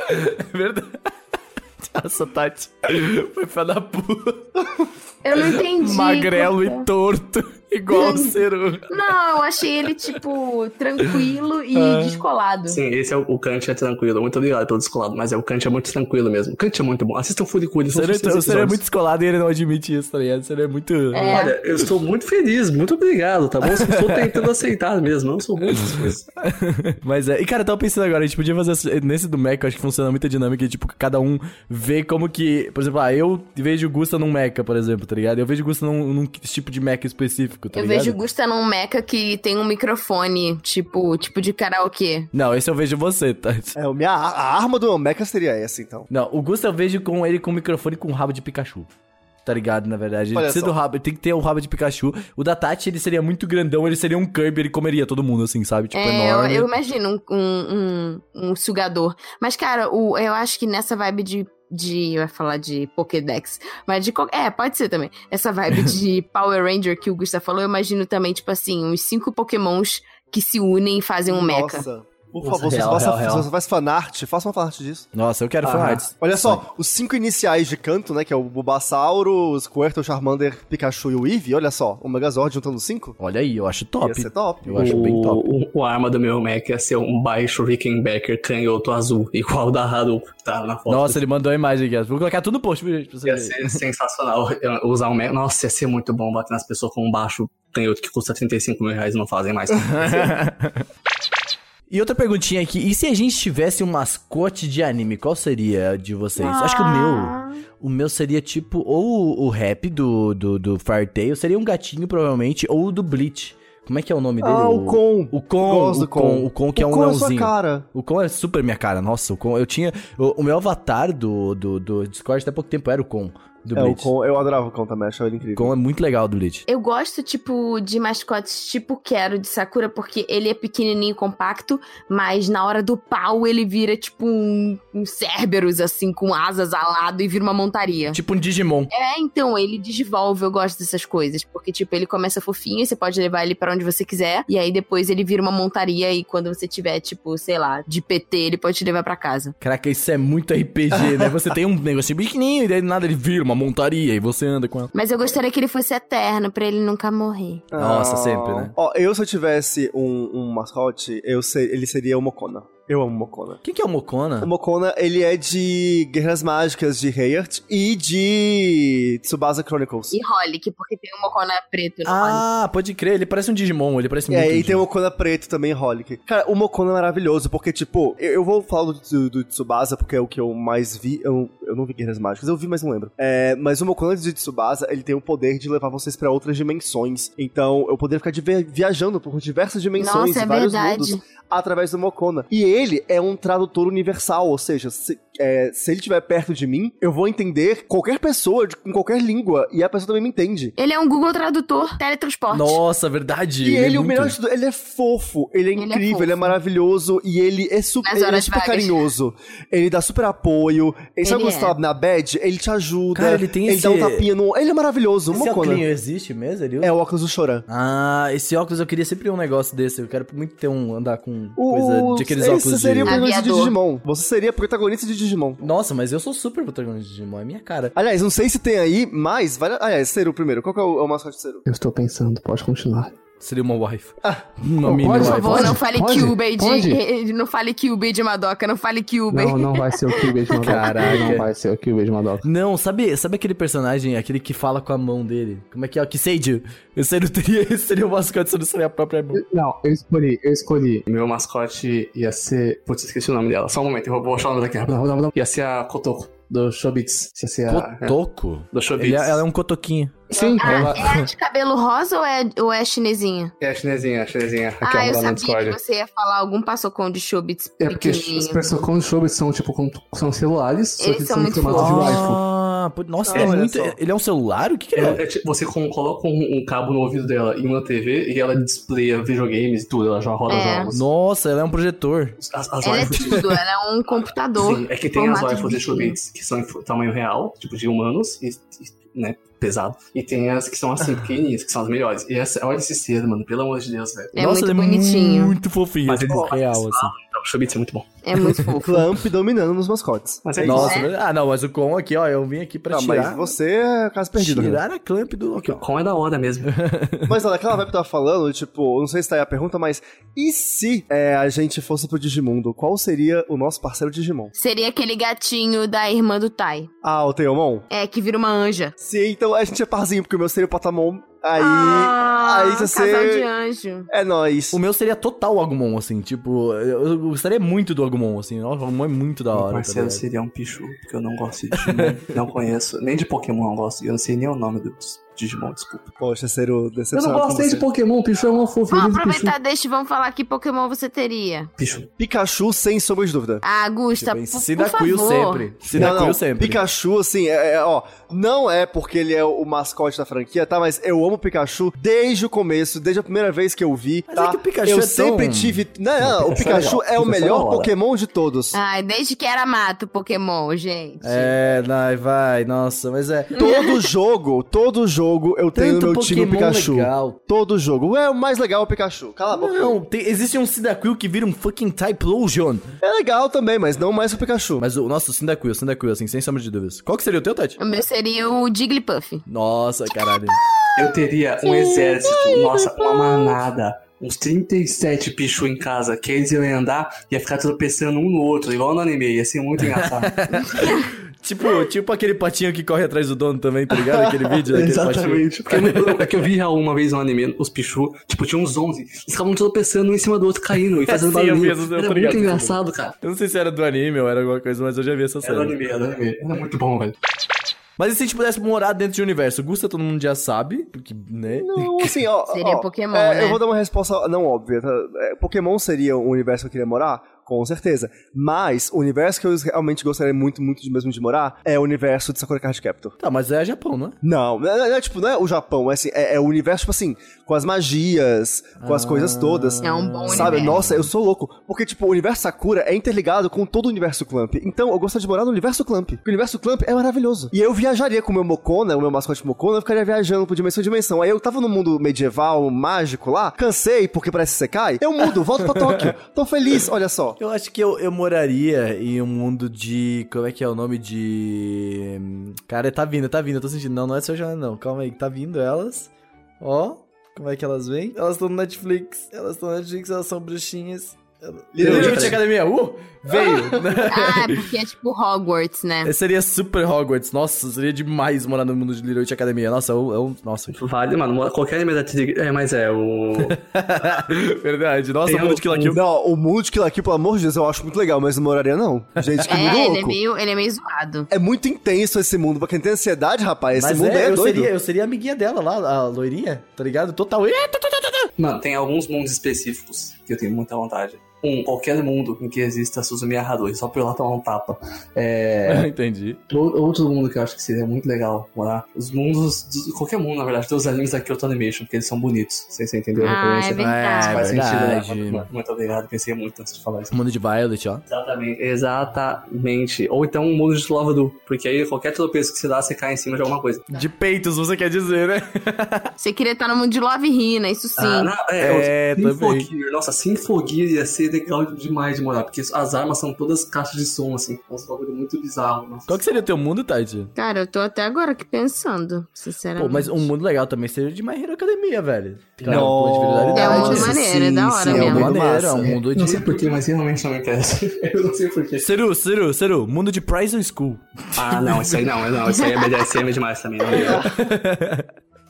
É verdade. Nossa, Tati. Foi fé da puta.
Eu não entendi.
Magrelo e
puta.
torto. Igual o Ceru.
Não, eu achei ele, tipo, tranquilo e
Ah.
descolado.
Sim, esse é o, o Kant é tranquilo. Muito obrigado pelo descolado, mas é o Kant é muito tranquilo mesmo. O Kant é muito bom. Assistam Furicuri,
O
são
Ceru,
seis
é- o Ceru é
episódios.
muito descolado e ele não admite isso, tá ligado? O Ceru é muito.
É.
Olha, eu estou muito feliz, muito obrigado, tá bom? Só estou tentando aceitar mesmo, não sou bom nessas coisas.
Mas é. E cara, eu tava pensando agora, a gente podia fazer essa- nesse do Mecha, eu acho que funciona muito a dinâmica, tipo, cada um vê como que. Por exemplo, ah, eu vejo o Gusta num Mecha, por exemplo, tá ligado? Eu vejo o Gusta num, num tipo de Mecha específico, tá
Eu
ligado?
vejo o Gusta num meca que tem um microfone, tipo, tipo de karaokê.
Não, esse eu vejo você, Tati.
É, o minha, a a arma do Mecha seria essa, então.
Não, o Gusta eu vejo com ele com o microfone com o rabo de Pikachu. Tá ligado, na verdade. Ele
Olha
precisa
só.
do rabo, ele tem que ter o rabo de Pikachu. O da Tati, ele seria muito grandão, ele seria um Kirby, ele comeria todo mundo, assim, sabe? Tipo,
é, eu,
enorme.
eu imagino um, um, um, um sugador. Mas, cara, o, eu acho que nessa vibe de. De. Eu ia falar de Pokédex. Mas de. qual- É, pode ser também. Essa vibe de Power Ranger que o Gusta falou, eu imagino também, tipo assim, uns cinco Pokémons que se unem e fazem um mecha.
Nossa. Por
Nossa,
favor, se você,
real,
faz,
real, real.
se você faz fanart, faça uma fanart disso.
Nossa, eu quero
Aham.
fanarts.
Ah, Olha só, os cinco iniciais de canto, né? Que é o Bulbasauro, o Squirtle, o Charmander, Pikachu e o Eevee. Olha só, o Megazord juntando cinco.
Olha aí, eu acho top.
Ia ser top.
Eu acho bem top.
O, o arma do meu Mac ia ser um baixo Rickenbacker canhoto azul, igual o da Haruko, que tá na foto.
Nossa, ele mandou a imagem aqui. Vou colocar tudo no post viu, gente, pra
ia
vocês verem.
ser sensacional eu- usar um Mac. Nossa, ia ser muito bom bater nas pessoas com um baixo canhoto que custa 35 mil reais e não fazem mais.
E outra perguntinha aqui. E se a gente tivesse um mascote de anime, qual seria a de vocês? Acho que o meu. O meu seria tipo, ou o rap do, do, do Fartail, seria um gatinho, provavelmente, ou o do Bleach. Como é que é o nome dele?
Ah, o Con.
O Con,
Eu gosto
o
do Con.
Con, o Con que é
o
um
Con é sua
leãozinho.
cara.
O Con é super minha cara, nossa, o Con. Eu tinha. O, o meu avatar do, do, do Discord até pouco tempo era o Con, do
É, o
Bleach. O
Con, eu adorava o Con também, achava ele incrível.
Con é muito legal do Bleach.
Eu gosto, tipo, de mascotes tipo Quero de Sakura, porque ele é pequenininho, compacto, mas na hora do pau ele vira, tipo, um, um Cerberus, assim, com asas alado e vira uma montaria.
Tipo um Digimon.
É, então, ele desenvolve, eu gosto dessas coisas, porque, tipo, ele começa fofinho, você pode levar ele pra onde você quiser, e aí depois ele vira uma montaria, e quando você tiver, tipo, sei lá, de PT, ele pode te levar pra casa.
Caraca, isso é muito RPG, né? Você tem um negocinho pequenininho e daí do nada ele vira uma montaria e você anda com ela.
Mas eu gostaria que ele fosse eterno, pra ele nunca morrer.
Nossa,
Ah.
sempre, né?
Ó, eu se eu tivesse um, um mascote, eu ser- ele seria o Mocona. Eu amo o Mocona.
Quem que é o Mocona?
O Mocona, ele é de Guerras Mágicas de Heart e de Tsubasa Chronicles.
E Holic, porque tem um Mocona preto no Holic.
Ah, pode crer, ele parece um Digimon, ele parece
É, E
muito.
aí
um
tem o
Digimon.
Mocona preto também, Holic. Cara, o Mocona é maravilhoso, porque, tipo, eu, eu vou falar do, do Tsubasa, porque é o que eu mais vi. Eu, eu não vi Guerras Mágicas, eu vi, mas não lembro. É, mas o Mocona de Tsubasa, ele tem o poder de levar vocês pra outras dimensões. Então, eu poderia ficar de- viajando por diversas dimensões,
Nossa, é
vários
verdade.
mundos, através do Mocona. E ele é um tradutor universal, ou seja, se, é, se ele estiver perto de mim, eu vou entender qualquer pessoa, de, com qualquer língua, e a pessoa também me entende.
Ele é um Google Tradutor teletransporte.
Nossa, verdade.
E ele,
é
o
muito-
melhor de tudo, ele é fofo, ele é
Ele é
incrível, ele é
fofo.
maravilhoso e ele é super,
Nas
ele é
horas
super
vagas.
carinhoso. Ele dá super apoio. Ele, sabe
Ele
quando você
é.
tá na bad? Ele te ajuda.
Cara, ele tem esse-
dá um tapinha no. Ele é maravilhoso,
Esse
Mocona.
óculos existe mesmo? Ele usa?
É o óculos do Choran.
Ah, esse óculos eu queria sempre um negócio desse. Eu quero muito ter um. andar com
O-
coisa de aqueles
ele-
óculos
Você
de.
seria o protagonista de
Aviador.
Digimon. Você seria protagonista de Digimon.
Nossa, mas eu sou super protagonista de Digimon, é minha cara.
Aliás, não sei se tem aí, mas. Vale... Aliás, Seru primeiro. Qual que é o, é o mascote de Seru?
Eu estou pensando, pode continuar.
Seria uma wife.
Ah,
uma
pode,
mini
por
Por
wife.
favor,
Pode?
não fale
Pode?
Cubey
Pode?
de. eh, Não fale Cubey de Madoka, não fale Cubey.
Não, não vai ser o Cube de Madoka.
Caraca.
Não vai ser o Cube de Madoka.
Não, sabe, sabe aquele personagem, aquele que fala com a mão dele? Como é que é? O Kiseid? Esse não teria, esse seria o mascote, se não seria a própria mão.
Não, eu escolhi, eu escolhi. Meu mascote ia ser. Putz, esqueci o nome dela. Só um momento, eu vou- vou achar o nome daqui. Rapidão, rapidão, rapidão. Ia ser a Kotoko, do Shobits. Ia ser a. é,
Cotoco?
do Shobits.
Ele é- ela é um cotoquinho.
Sim, ela
É de cabelo rosa ou é, ou é chinesinha?
é a chinesinha, a chinesinha. Aqui,
ah, eu
ó, lá no
sabia
Discord.
que você ia falar algum passocão de Chubits
É porque
pequenininho.
os personagens do Shobits são tipo com- são celulares, só que
Eles
eles
são
são em
muito
formato de
fofos.
rifle.
Ah, pô, nossa,
Ah,
ele é
olha
muito.
só.
Ele é um celular? O que, que ele é?
É, é tipo, você com- coloca um, um cabo no ouvido dela e uma TV e ela displaya videogames e tudo, ela já roda
É.
jogos.
Nossa, ela é um projetor.
As, as
Ela é
rifles-
tudo, ela é um computador.
Sim, é que tem as
formato de
rifles de
bichinho.
Shobits que são em f- tamanho real, tipo de humanos, e, e, né, pesado. E tem as que são assim, pequenininhas, que são as melhores. E essa, olha esse ser, mano, pelo amor de Deus, velho.
É
nossa,
muito
ele é
bonitinho.
muito fofinho.
Mas
tipo,
ele-
real, assim.
Dá o Chubitz é muito bom.
É muito fofo.
Clamp dominando nos mascotes.
Mas é
Nossa,
né?
mas- ah, não, mas o Con aqui, ó, eu vim aqui pra
Ah, mas
tirar,
você é caso perdido. né?
tirar a clamp do...
isso. O Con é da hora mesmo.
Mas olha, aquela vibe que eu tava falando, tipo, não sei se tá aí a pergunta, mas e se é, a gente fosse pro Digimundo? Qual seria o nosso parceiro Digimon?
Seria aquele gatinho da irmã do Tai.
Ah, o Teomon?
É, que vira uma anja.
Se então a gente é parzinho, porque o meu seria o Patamon, aí
ah,
aí você-
Casal de anjo.
é nóis.
O meu seria total Agumon, assim, tipo, eu eu gostaria muito do Agumon, assim, nossa, o Agumon é muito da
Meu
hora. tá
parceiro
ligado?
seria um pichu, porque eu não gosto de Digimon. não conheço. Nem de Pokémon eu não gosto. Eu não sei nem o nome do Digimon, desculpa.
Poxa, ser o
Eu não
decepcionado
gosto
com
nem de
você.
Pokémon. Pichu é uma fofinha.
Vamos
de Pichu.
aproveitar, deixa e vamos falar que Pokémon você teria.
Pichu.
Pikachu sem sombra de dúvida.
Ah, Gusta,
Tipo, em
por,
Se
por
dá Quill
favor.
sempre. Se
né,
dá Quill sempre.
Pikachu, assim, é, é, ó, não é porque ele é o mascote da franquia, tá? Mas eu amo o Pikachu desde o começo, desde a primeira vez que eu vi,
Mas
tá?
é que o Pikachu
eu
é tão-
sempre tive... Não, não,
Não,
o
Pikachu é
Pikachu
legal,
é o
Pikachu é da
melhor
hora.
Pokémon de
Ah,
todos.
Ai, desde que era mato Pokémon, gente.
É, vai, vai, nossa, mas é...
Todo jogo, todo jogo eu tenho
Tanto
meu time
Pokémon
Pikachu.
legal.
Todo jogo. É o mais legal é o Pikachu. Cala a boca.
Não, tem- existe um Cyndaquil que vira um fucking Typlosion.
É legal também, mas não mais que o Pikachu.
Mas o nosso Cyndaquil, Cyndaquil, assim, sem sombra de dúvidas. Qual que seria o teu, Tati?
O meu seria o Jigglypuff.
Nossa, caralho.
Eu teria um
é
exército, nossa, uma manada. Uns 37 Pichu em casa, que eles iam andar e ia ficar tropeçando um no outro, igual no anime. Ia ser muito engraçado.
Tipo, tipo aquele patinho que corre atrás do dono também, tá ligado? Aquele vídeo daquele patinho.
Exatamente. Porque eu- é que eu vi Raul uma vez no anime, os Pichu, tipo, tinha uns 11. Eles ficavam tropeçando um em cima do outro, caindo e fazendo
Sim, eu vi
barulho.
essas- eu tô
Era
ligado.
muito engraçado, cara.
Eu não sei se era do anime ou era alguma coisa, mas eu já vi essa
Era
série.
anime, era anime. Era muito bom, velho.
Mas e se a gente pudesse morar dentro de um universo? Gusta todo mundo já sabe, porque, né?
Não, assim, ó.
Seria
ó,
Pokémon,
é,
né?
Eu vou dar uma resposta não óbvia. tá? É, Pokémon seria o universo que eu queria morar? Com certeza. Mas o universo que eu realmente gostaria muito, muito de mesmo de morar é o universo de Sakura Card Captor.
Tá, mas é Japão, não é?
Não, não é, não é, tipo, não é o Japão, é, assim, é, é o universo, tipo assim, com as magias, com as coisas
Ah.
todas.
É um bom
Sabe,
universo.
nossa, eu sou louco. Porque, tipo, o universo Sakura é interligado com todo o universo Clamp. Então, eu gostaria de morar no universo Clamp. Porque o universo Clamp é maravilhoso. E eu viajaria com o meu Mokona, o meu mascote Mokona, eu ficaria viajando por dimensão em dimensão. Aí eu tava no mundo medieval, mágico lá, cansei porque parece Sekai. Eu mudo, volto pra Tóquio. Tô feliz, olha só.
Eu acho que eu, eu moraria em um mundo de. Como é que é o nome de. hum, Cara, tá vindo, tá vindo, eu tô sentindo. Não, não é seu Joana, não. Calma aí, tá vindo elas. Ó, como é que elas vêm? Elas estão no Netflix. Elas estão no Netflix, elas são bruxinhas. Ela-
Little
Little
Witch.
Witch Academia, uh! Veio!
Ah, é porque é tipo Hogwarts, né?
Esse seria super Hogwarts. Nossa, seria demais morar no mundo de Little Witch Academia. Nossa, é eu. eu um, nossa.
Vale, mano. Qualquer anime da Tig... É, mas é, o.
Verdade. Nossa,
Tem
o mundo de Kill la Kill.
Não, o mundo de Kill la Kill, pelo amor de Deus, eu acho muito legal, mas não moraria não. Gente, que mundo
É, ele é,
louco.
meio, ele é meio zoado.
É muito intenso esse mundo. Pra quem tem ansiedade, rapaz, esse
Mas
mundo
é,
é,
eu,
doido.
seria, eu seria amiguinha dela lá, a loirinha, tá ligado? Total. Ih, tá, tá, tá, tá, tá.
Mano, tem alguns mundos específicos que eu tenho muita vontade. Um, qualquer mundo em que exista Suzumiya Haruhi, só pra eu ir lá tomar um tapa. É.
Entendi.
O- Outro mundo que eu acho que seria muito legal morar. Os mundos. dos- qualquer mundo, na verdade, dos animes da Kyoto Animation, porque eles são bonitos. Sem você entender a
Ah, é
referência.
verdade.
Isso faz
verdade.
sentido, né? Muito obrigado, pensei muito antes de falar isso.
Mundo de Violet, ó.
Exatamente, exatamente. Ou então um mundo de Lava Du, porque aí qualquer tropeço que você dá, você cai em cima de alguma coisa.
De peitos, você quer dizer, né?
Você queria estar no mundo de Love Hina, isso sim.
Ah, não, é,
É,
Sinfogir. Nossa, Sinfogir ia ser legal demais de morar, porque as armas são todas caixas de som, assim. É um bagulho muito bizarro. Nossa.
Qual que seria o teu mundo, Tati?
Cara, eu tô até agora aqui pensando,
Pô,
sinceramente.
mas um mundo legal também seria de My Hero Academia, velho.
Não.
um mundo de verdade.
É um mundo
Nossa,
maneiro, é da hora
sim,
É um
mesmo.
mundo maneiro, é
massa.
um mundo
Não sei
de...
porquê, mas realmente não me interessa. Eu não sei porquê.
Seru, Seru, Seru, mundo de Prison School.
Ah, não, isso aí não, não, isso aí é BDSM demais também. Não.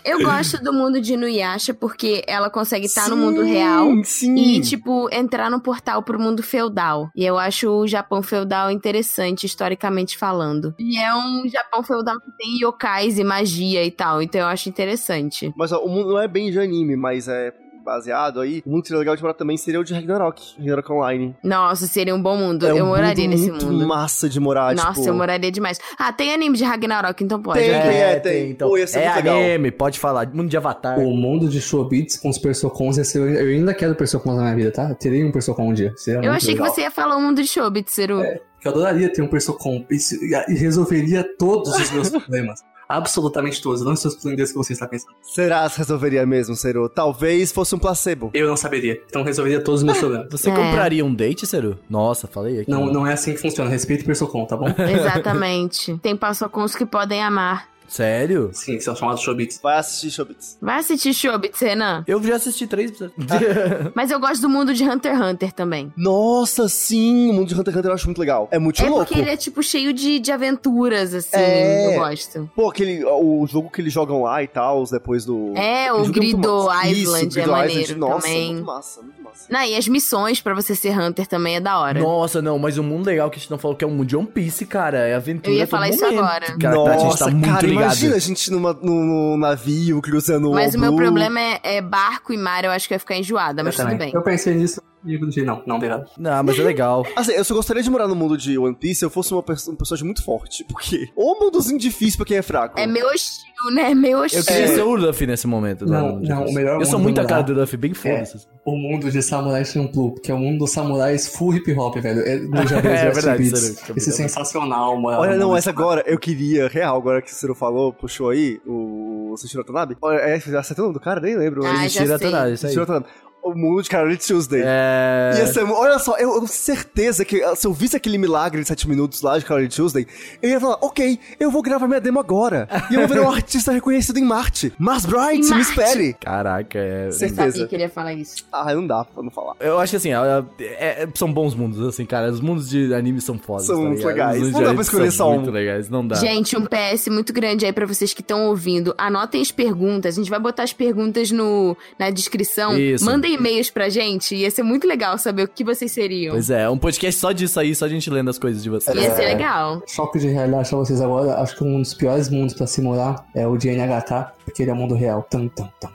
Eu gosto do mundo de Inuyasha porque ela consegue estar tá no mundo real
Sim.
e, tipo, entrar no portal pro mundo feudal. E eu acho o Japão feudal interessante, historicamente falando. E é um Japão feudal que tem yokais e magia e tal, então eu acho interessante.
Mas ó, o mundo não é bem de anime, mas é baseado aí. Um mundo que seria legal de morar também seria o de Ragnarok, Ragnarok Online.
Nossa, seria um bom mundo.
é um
eu moraria
mundo
nesse
muito
mundo.
massa de morar,
Nossa,
tipo...
eu moraria demais. Ah, tem anime de Ragnarok, então pode.
Tem,
ok.
tem, é, tem. Pô, ia ser
é
muito legal.
anime, pode falar. Mundo de Avatar.
O mundo de Shobits com os Persocons ia ser. Eu ainda quero Persocons na minha vida, tá? Eu Terei um Persocon um dia. Seria
Eu
muito
achei
legal.
que você ia falar o mundo de Shobitseru.
É.
Que eu adoraria ter um Persocon. Isso, e, e resolveria todos os meus problemas. absolutamente todas, não estou excluindo esse que você está pensando.
Será que resolveria mesmo, Seru? Talvez fosse um placebo.
Eu não saberia, então resolveria todos os meus problemas.
Você
É.
compraria um date, Seru? Nossa, falei aqui.
Não, não é assim que funciona, respeita o Persocon, tá bom?
Exatamente. Tem passocons que podem amar.
Sério?
Sim, são chamados Shobits.
Vai assistir Shobits.
Vai assistir Shobits, Renan.
Eu já assisti três episódios.
Ah, Mas eu gosto do mundo de Hunter x Hunter também.
Nossa, sim! O mundo de Hunter x Hunter eu acho muito legal. É muito
é
louco.
porque ele é, tipo, cheio de, de aventuras, assim.
É.
Eu gosto.
Pô, aquele, o jogo que eles jogam lá e tal, depois do...
É, o
Jogo muito
Grido
massa. Isso,
Island
Grido
é maneiro
Nossa,
também.
muito massa, muito massa.
Não, e as missões pra você ser Hunter também é da hora.
Nossa, não, mas o mundo legal que a gente não falou que é o mundo de One Piece, cara. É aventura.
Eu ia
a todo
falar isso
momento.
agora.
Cara, tá, a gente tá
Nossa,
muito
cara,
ligado.
imagina a gente numa, num, num navio cruzando
Mas
o
o meu
Blue.
problema é, é barco e mar, eu acho que eu ia ficar enjoada, mas
eu
tudo bem.
também. Eu pensei nisso e eu disse, não, não, obrigado.
Não, mas é legal.
Assim, eu só gostaria de morar no mundo de One Piece se eu fosse uma, perso- um personagem muito forte. Porque o mundozinho difícil pra quem é fraco.
É meio hostil, né? É meio hostil.
Eu queria ser o Luffy nesse momento. né?
Não, não, o melhor
Eu sou
mundo
muito a
lá
cara do Luffy, bem foda.
é. O mundo de Samurai Champloo, que é o mundo dos samurais full hip hop, velho. É, do japonês
É
versus
verdade,
beats.
sério, que eu
Isso é
me lembro.
sensacional, mano.
Olha, não,
Mano,
essa agora, eu queria, real, agora que o Ciro falou, puxou aí, o Sashiro Tanabe. Olha, é, já acertou o nome do cara? Nem lembro.
Ah,
mas-
já
Tira
sei.
atrás, isso aí.
Sashiro Tanabe. O mundo de Carolina Tuesday.
É.
Ia ser mu- olha só, eu, eu tenho certeza que ah, se eu visse aquele milagre de 7 minutos lá de Carolina Tuesday, eu ia falar, ok, eu vou gravar minha demo agora. E eu vou virar um artista reconhecido em Marte. Mas
Em
Bright, me
Marte.
espere.
Caraca, é.
Eu sabia
Certeza.
que ele ia falar isso.
Ah, não dá pra não falar.
Eu acho que assim, a- a- é- é- são bons mundos, assim, cara. Os mundos de anime são fodas.
São
tá
muito
ligado?
legais.
Os mundos
Não dá
de
pra
anime
escolher
são
só um.
Muito legais, não dá.
Gente, um PS muito grande aí pra vocês que estão ouvindo. Anotem as perguntas. A gente vai botar as perguntas no, na descrição.
Isso.
Mandem e-mails pra gente. Ia ser muito legal saber o que vocês seriam.
Pois é, é um podcast só disso aí, só a gente lendo as coisas de vocês.
Ia ser é legal.
Choque de realidade pra vocês agora. Acho que um dos piores mundos pra se morar é o de NHK, porque ele é o mundo real. Tum, tum, tum.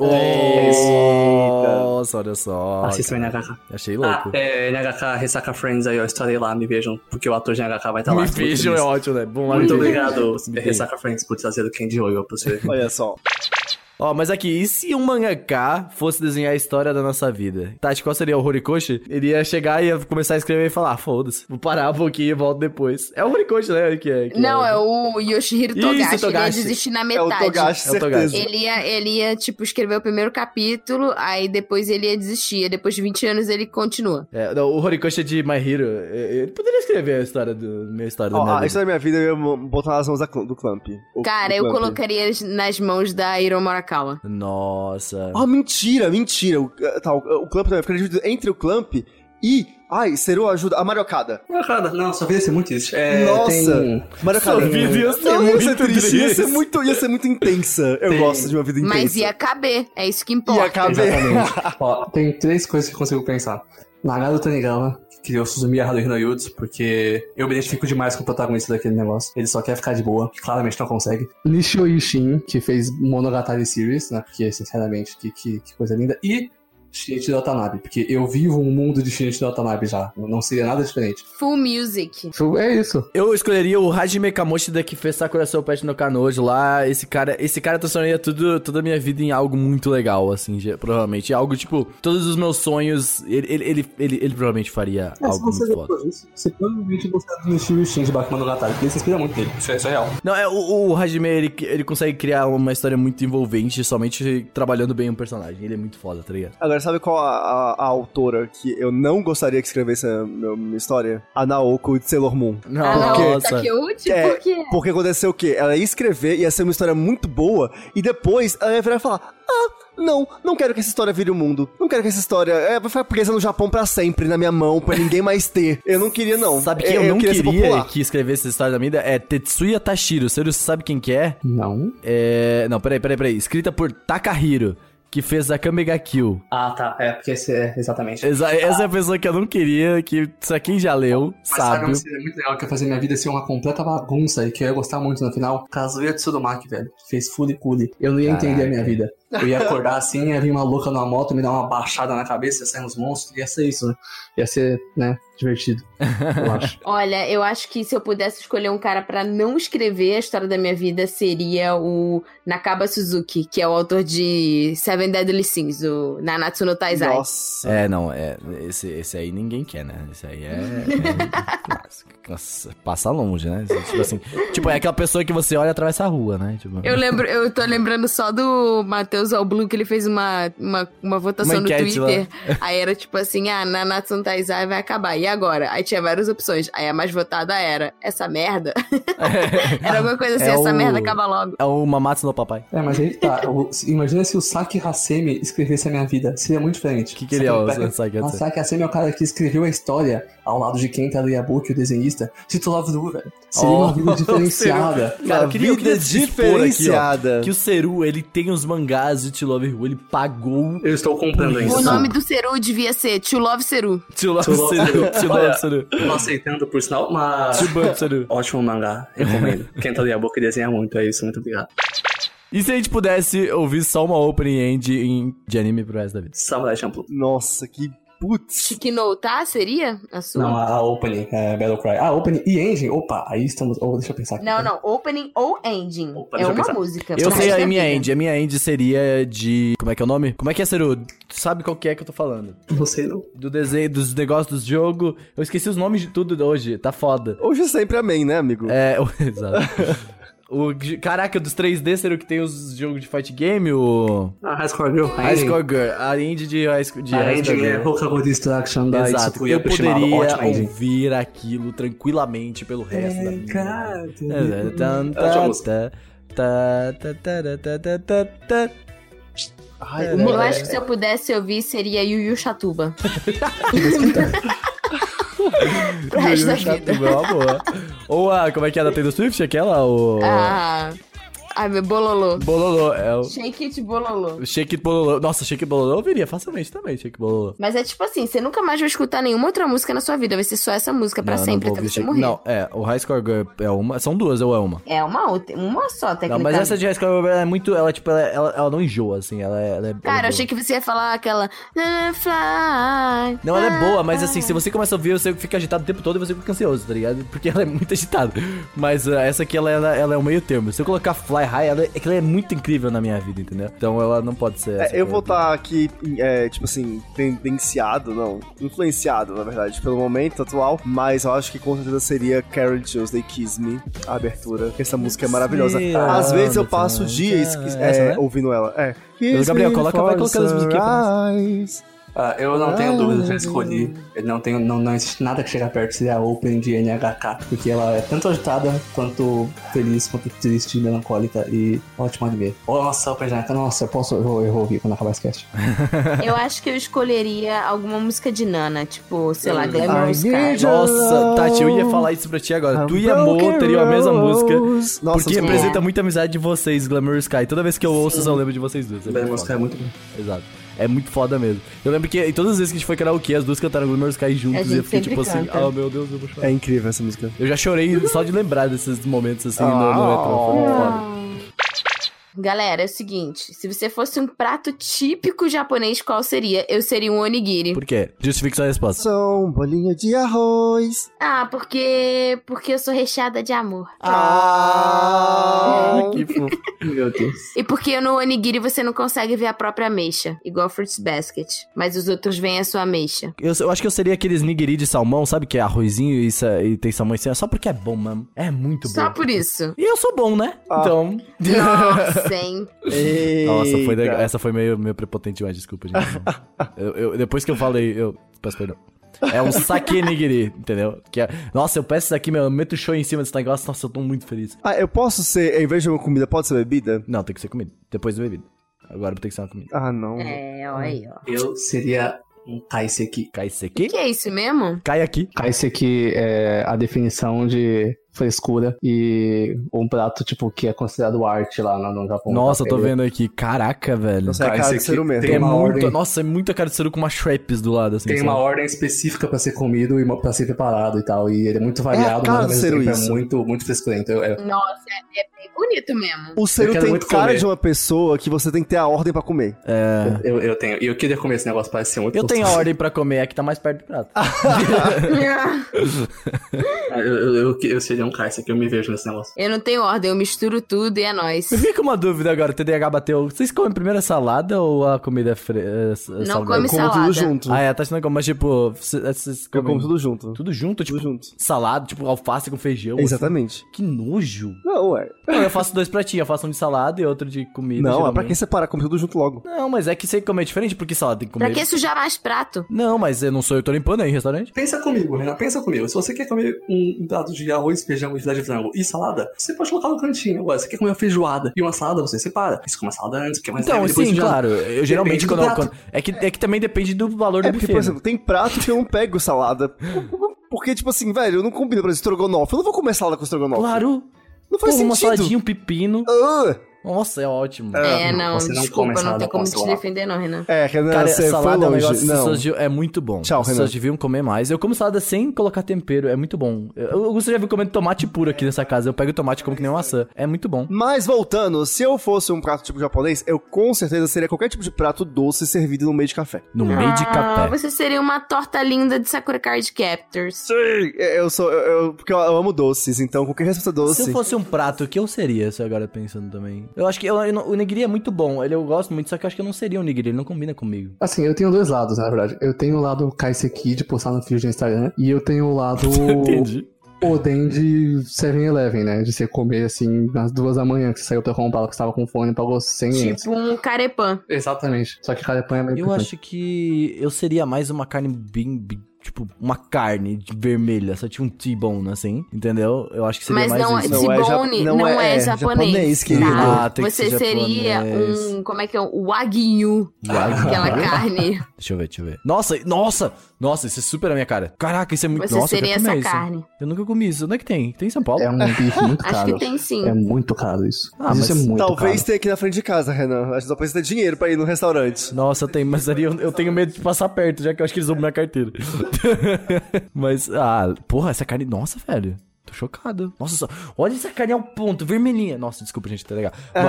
Nossa, Oh, olha só.
É Assistam NHK.
Achei
Ah,
louco.
é, NHK Ressaca Friends aí, ó. Estarei lá, me vejam, porque o ator de NHK vai estar lá.
Me
Fico muito
vejam é
feliz.
ótimo, né? Bom lá
Muito
me vejam.
obrigado,
Me vejam.
Ressaca Friends, por trazer o Candy Oil pra você.
Olha só.
Ó, mas aqui, e se um mangaka fosse desenhar a história da nossa vida? Tati, qual seria o Horikoshi? Ele ia chegar e ia começar a escrever e falar, ah, foda-se, vou parar um pouquinho e volto depois. É o Horikoshi, né? Que é, que
Não, é o Yoshihiro
Isso,
Togashi. Ele ia
Togashi.
desistir na
É o
metade.
Togashi,
É o Togashi.
certeza.
ele ia, ele ia, tipo, escrever o primeiro capítulo, aí depois ele ia desistir. Aí Depois de 20 anos ele continua.
É, não, o Horikoshi é de My Hero. É, Ele poderia escrever a história do. Minha história da
Ó,
minha
a
vida.
história da minha vida eu ia botar nas mãos da cl- do Clamp. O-
Cara,
do
eu
Clamp.
colocaria nas mãos da Hiro Morakawa.
Nossa.
Ah, mentira, mentira. O, tá, o, o Clamp também. Porque eu acredito entre o Clamp e. Ai, Seru ajuda. A Mariocada.
Cara, não, só vida ia ser muito triste. É,
Nossa.
tem-
Mariocada.
Sua vida ia ser
Não, ia ser
muito
triste. Ia ser
triste.
muito, ia ser muito intensa. Eu
Tem.
gosto de uma vida intensa.
Mas ia caber, é isso que
Ia
importa.
caber.
Exatamente. Ó, tem três coisas que eu consigo pensar. Nagato Tanigawa, que criou Suzumiya Haruhi no Yutsu, porque eu me identifico demais com o protagonista daquele negócio. Ele só quer ficar de boa, que claramente não consegue. Nishio Ishin, que fez Monogatari Series, né? Porque, sinceramente, que, que, que coisa linda. E Shinichi Watanabe, porque eu vivo um mundo de Shinichi Watanabe já. Não seria nada diferente.
Full Music.
Então, É isso.
Eu escolheria o Hajime Kamoshida que fez Sakura Soul Pet no Kanojo lá. Esse cara, esse cara transformaria tudo, toda a minha vida em algo muito legal, assim, ge- provavelmente. Algo tipo, todos os meus sonhos, ele, ele, ele, ele, ele provavelmente faria
É, se
algo
você
muito foda.
gostou disso, você provavelmente gostar do Nishio Ishin de Bakuman no Gatari, porque ele se inspira muito nele. Isso é, isso é real.
Não, é, o, o Hajime, ele, ele consegue criar uma história muito envolvente somente trabalhando bem um personagem. Ele é muito foda, tá ligado?
Agora, sabe qual a, a- a autora que eu não gostaria que escrevesse a meu- minha história? A Naoko de Sailor Moon.
Anaô Takeuchi,
É.
por tipo, quê?
Porque aconteceu o quê? Ela ia escrever, ia ser uma história muito boa, e depois ela ia virar e falar: Ah, não, não quero que essa história vire o mundo. Não quero que essa história é, vai ficar presa no Japão pra sempre, na minha mão, pra ninguém mais ter. Eu não queria, não.
Sabe quem eu, não
É, queria ser
queria
popular.
que escrevesse essa história da minha vida? É Tetsuya Tashiro. Sério, você sabe quem que é?
Não.
É... Não, peraí, peraí, peraí. Escrita por Takahiro, que fez a Kamega Kill.
Ah, tá. É, porque esse é exatamente.
Essa, essa é a pessoa que eu não queria, que só quem já leu
Mas sabe, um
sabe.
uma seria muito legal que ia fazer minha vida ser uma completa bagunça e que eu ia gostar muito no final? Kazuya Tsurumaki, velho, que fez Furikuri. Eu não ia entender a minha vida. Eu ia acordar assim, ia vir uma louca numa moto, me dar uma baixada na cabeça, ia sair uns monstros, ia ser isso, né? Ia ser, né, divertido. Eu acho.
Olha, eu acho que se eu pudesse escolher um cara pra não escrever a história da minha vida, seria o Nakaba Suzuki, que é o autor de Seven Deadly Sins, o Nanatsu no Taizai.
Nossa.
É, não, é. Esse, esse aí ninguém quer, né? Esse aí é. é- Nossa, passa longe, né? Tipo assim, tipo, é aquela pessoa que você olha através da rua, né? Tipo,
Eu lembro, eu tô lembrando só do Matheus Alblue, que ele fez uma, uma, uma votação
Uma
no
enquete lá.
Twitter. Aí era tipo assim, ah, Nanatsu no Taizai vai acabar. E agora? Aí tinha várias opções. Aí a mais votada era, essa merda. era alguma coisa assim,
É
essa
o-
merda acaba logo.
É o Mamatsu no papai.
É, mas aí que tá. O- se- imagina se o Saki Hasemi escrevesse a minha vida. Seria muito diferente.
O que, que ele é, o
Saki-
Saki
Ah,
Hatsu?
Saki Hasemi é o cara que escreveu a história ao lado de Kenta Leabuki, o desenhista. Titular Blue, velho. Seria
Oh,
uma vida diferenciada.
Cara, eu queria, eu queria expor aqui, ó,
é diferenciada.
que o Seru, ele tem os mangás de To Love Ru, ele pagou
Eu estou comprando
Isso.
O nome do Seru devia ser To Love Seru.
To Love
To Love-
Seru, To
Olha.
Love Seru,
Tô aceitando, por sinal, mas...
To Love Seru.
Ótimo mangá, recomendo. Kenta Leabuki desenha muito, é isso, muito obrigado.
E se a gente pudesse ouvir só uma opening end em- de anime pro resto da vida?
Samurai Champloo.
Nossa, que putz.
Shikinouta seria a sua?
Não, a, a opening, é, Battle Cry. Ah, opening e engine, opa, aí estamos... Oh, deixa eu pensar aqui.
Não, não. Opening ou ending.
Opa,
é
deixa eu
uma
pensar.
música.
Eu
pro
sei
resto
a
da
minha
vida.
end, a minha end seria de... Como é que é o nome? Como é que é, Seru? Tu sabe qual que é que eu tô falando?
Não sei, não.
Do desenho, dos negócios do jogo, eu esqueci os nomes de tudo hoje, tá foda.
Hoje é sempre amém, né, amigo?
É, o- exato. O, caraca, dos 3D, será que tem os jogos de fight game? O.
Ah, High Score Girl.
High Score Girl. A indie de High Sco- de
A
High Score
engine é
Girl.
Hokago Distraction da
Exato.
Itsukuya
Eu
Yoshimura. Ótima
poderia
engine.
ouvir aquilo tranquilamente pelo resto da minha vida.
Cara,
É, tan,
É outra
tan,
música.
tan, tan, tan, tan, tan, tan, tan.
Ai,
é,
uma-
Eu acho que se eu pudesse ouvir seria Yu Yu Chatuba. Pro resto da vida.
É uma boa. Ou a. Como é que é da Taylor Swift? Aquela? O.
Ah, ai, meu bololô.
Bololô. É o.
Shake it bololô.
Shake It Bololô. Nossa, Shake It Bololô eu viria facilmente também, Shake It Bololô.
Mas é tipo assim, você nunca mais vai escutar nenhuma outra música na sua vida. Vai ser só essa música pra
Não,
sempre,
não vou
até
ouvir
você
Shake-
morrer.
Não, é, o High Score Girl é uma. São duas ou é uma?
É uma outra, uma só,
Não,
tecnicamente.
mas essa de High Score Girl ela é muito. Ela, tipo, ela, ela, ela não enjoa, assim. Ela, é- ela é. ela é
Cara, eu
boa.
achei que você ia falar aquela... "Na, na, Fly.
Não, ela é boa, mas
fly".
assim, se você começa a ouvir, você fica agitado o tempo todo e você fica ansioso, tá ligado? Porque ela é muito agitada. Mas ah, essa aqui, ela, ela, ela é um meio termo. Se eu colocar Fly High, ela, é que ela é muito incrível na minha vida, entendeu? Então ela não pode ser.
É,
essa
eu
coisa.
vou estar aqui, é, tipo assim, tendenciado, não, influenciado, na verdade, pelo momento atual, mas eu acho que com certeza seria Carol Tuesday Kiss Me, a abertura, porque essa música é maravilhosa.
Sim,
Às
ah,
vezes eu
Anderson,
passo
essa-
dias é,
essa, né?
ouvindo ela. É.
Gabriel, coloca- vai colocando as musiquinhas pra
musiquinhas.
Ah, eu não tenho dúvida, já escolhi. Eu não tenho, não, não existe nada que chegar perto seria a Open de NHK, porque ela é tanto agitada, quanto feliz, quanto triste, melancólica e ótima anime. Nossa, Open de NHK, nossa, eu posso, eu vou, eu vou ouvir quando acabar esse cast.
Eu acho que eu escolheria alguma música de Nana, tipo, sei lá, Glamorous
I need
Sky.
you.
Nossa, Tati, eu ia falar isso pra ti agora. Tu e a Mo teriam a mesma música.
Nossa,
porque
desculpa.
representa muita amizade de vocês, Glamour Sky. Toda vez que eu ouço, eu lembro de vocês duas. É
A
muito
música é muito boa.
foda. Exato. É muito foda mesmo. Eu lembro que todas as vezes que a gente foi karaokê, as duas cantaram Glamour Sky juntas e eu
gente
fiquei
sempre
tipo assim,
canta.
ah, meu Deus, eu vou chorar.
É incrível essa música.
Eu já chorei só de lembrar desses momentos assim no, no retrô. Foi muito foda.
Galera, é o seguinte, se você fosse um prato típico japonês, qual seria? Eu seria um onigiri.
Por quê? Justifique sua resposta.
São um bolinho de arroz.
Ah, porque porque eu sou recheada de amor.
Ah,
que fofo.
Meu Deus.
E porque no onigiri você não consegue ver a própria ameixa, igual Fruits Basket, mas os outros veem a sua ameixa.
Eu, eu acho que eu seria aqueles nigiri de salmão, sabe? Que é arrozinho e, sa- e tem salmão em cima. Só porque é bom, mano. É muito
Só
bom.
por isso.
E eu sou bom, né?
Ah.
Então.
Nossa, hein?
Nossa, foi legal.
Eita.
Essa foi meio, meio prepotente demais, desculpa, gente. Eu- eu- depois que eu falei, eu peço perdão. É um saque nigiri, entendeu? Que é- nossa, eu peço isso aqui, meu, eu meto show em cima desse negócio, nossa, eu tô muito feliz.
Ah, eu posso ser, em vez de uma comida, pode ser bebida?
Não, tem que ser comida. Depois da bebida. Agora tem que ser uma comida.
Ah, não.
É, olha aí, ó.
Eu seria um Kaiseki.
Cai isso aqui,
Que é isso mesmo?
cai aqui.
Kaiseki é a definição de frescura e um prato, tipo, que é considerado arte lá no, no Japão.
Nossa, eu tô vendo aqui. Caraca, velho.
Nossa, é
Cara,
cara de
esse
ser
aqui
humano.
tem
é
uma
muito,
ordem.
Nossa, é muito a cara de seru com uma shrapes do lado, assim.
Tem uma
sabe?
ordem específica pra ser comido e uma- pra ser preparado e tal. E ele é muito variado,
É a cara
mas ao
do
mesmo tempo
ceru isso.
é muito, muito frescurento. Eu, eu-
Nossa, é é bem bonito mesmo.
O
Eu
ser
quero
tem
muito
cara
comer.
de uma pessoa que você tem que ter a ordem pra comer.
eu, eu tenho. E eu queria comer esse negócio, parece ser muito
É. Eu tenho a
gostoso.
ordem pra comer, é que tá mais perto do prato.
Eu, eu, eu, eu seria ordem, um cara, isso aqui eu me vejo nesse negócio.
Eu não tenho ordem, eu misturo tudo e é nóis.
Me fica uma dúvida agora, o TDAH bateu. Vocês comem primeiro a salada ou a comida fre... eh, s-
Não
salgada?
come
Eu como
salada.
tudo junto.
Ah, é, tá achando como, mas tipo, vocês vocês
eu
comem
como tudo junto.
tudo junto, tipo,
Tudo junto.
salada, tipo alface com feijão.
Exatamente.
assim. Que nojo.
Não, ué.
Não, eu faço dois pratinhos, eu faço um de salada e outro de comida.
Não, é pra
geralmente.
quem separar, come tudo junto logo.
Não, mas é que você comer diferente, porque salada tem que comer.
Pra que sujar mais prato?
Não, mas eu não sou eu tô limpando aí em restaurante.
Pensa comigo, Renan, pensa comigo. Se você quer comer um prato de arroz, feijão e filé de frango e salada, você pode colocar no cantinho. Agora, você quer comer uma feijoada e uma salada, você separa. Isso come a salada antes, porque é mais
Então,
leve, depois
sim,
já-
claro. Eu geralmente
do
quando, eu-
prato.
quando- é que é que também depende do valor
É
do
porque,
buffet.
por
né?
exemplo, tem prato que eu não pego salada. Porque, tipo assim, velho, eu não combino, por exemplo, estrogonofe. Eu não vou comer salada com estrogonofe.
Claro.
Não faz
Pô, uma
sentido.
saladinha, um pepino.
Ah!
Nossa, é ótimo.
É, não,
você não
desculpa,
come
não
salada
tem como
com
te
salada.
defender, não, Renan.
É, Renan,
Cara,
você foi
salada é um
longe.
negócio que as
não.
pessoas de- é muito bom.
Tchau,
As pessoas
Renan.
deviam comer mais. Eu como salada sem colocar tempero, é muito bom. Eu- Eu, Augusto já vi comendo tomate puro aqui nessa casa. Eu pego tomate e como que nem uma maçã. É muito bom.
Mas voltando, se eu fosse um prato tipo japonês, eu com certeza seria qualquer tipo de prato doce servido no meio de café.
No meio de
Ah,
café.
você seria uma torta linda de Sakura Card Captors.
Sim, eu sou. Eu, eu- porque eu, eu amo doces, então qualquer receita
Se
doce.
eu fosse um prato, o que eu seria? Se agora pensando também. Eu acho que eu- eu não- o nigiri é muito bom. Ele eu gosto muito, só que eu acho que eu não seria um nigiri. Ele não combina comigo.
Assim, eu tenho dois lados, na verdade. Eu tenho o lado Kaiseki de postar no feed do Instagram e eu tenho o lado Oden de 7-Eleven, né? De você comer, assim, às duas da manhã que você saiu pra comprar, que você tava com fome e pagou 100 ienes.
Tipo um carepan.
Exatamente. Só que cada pão é meio
Eu
picante.
acho que eu seria mais uma carne bem. bem- tipo, uma carne de vermelha. Só tinha um T-bone, assim. Entendeu? Eu acho que seria
Mas
mais
não,
isso.
Não é ja-
Tsibone não,
não
é,
é
japonês.
japonês,
tá?
querido.
Ah, tem que
Você
ser
seria
japonês.
um. Como é que é? O Wagyu.
Wagyu.
Aquela carne.
Deixa eu ver, deixa eu ver. Nossa, nossa! Nossa, isso é super a minha cara. Caraca, isso é muito.
Você
nossa,
seria
eu quero
essa
comer isso.
carne.
Eu nunca comi isso. Onde é que tem? Tem em São Paulo?
É um bife muito
Acho
Tá,
caro.
que tem sim.
É muito caro isso.
Ah,
mas isso é
mas
muito
Talvez
caro.
tenha aqui na frente de casa, Renan. A gente só precisa ter dinheiro pra ir no restaurante.
Nossa, eu tenho, mas ali eu, eu tenho medo de passar perto, já que eu acho que eles roubam minha carteira. mas, ah, porra, essa carne. Nossa, velho. Tô chocado. Nossa, só, olha essa carne ao ponto, vermelhinha. Nossa, desculpa, gente, tá legal.
É.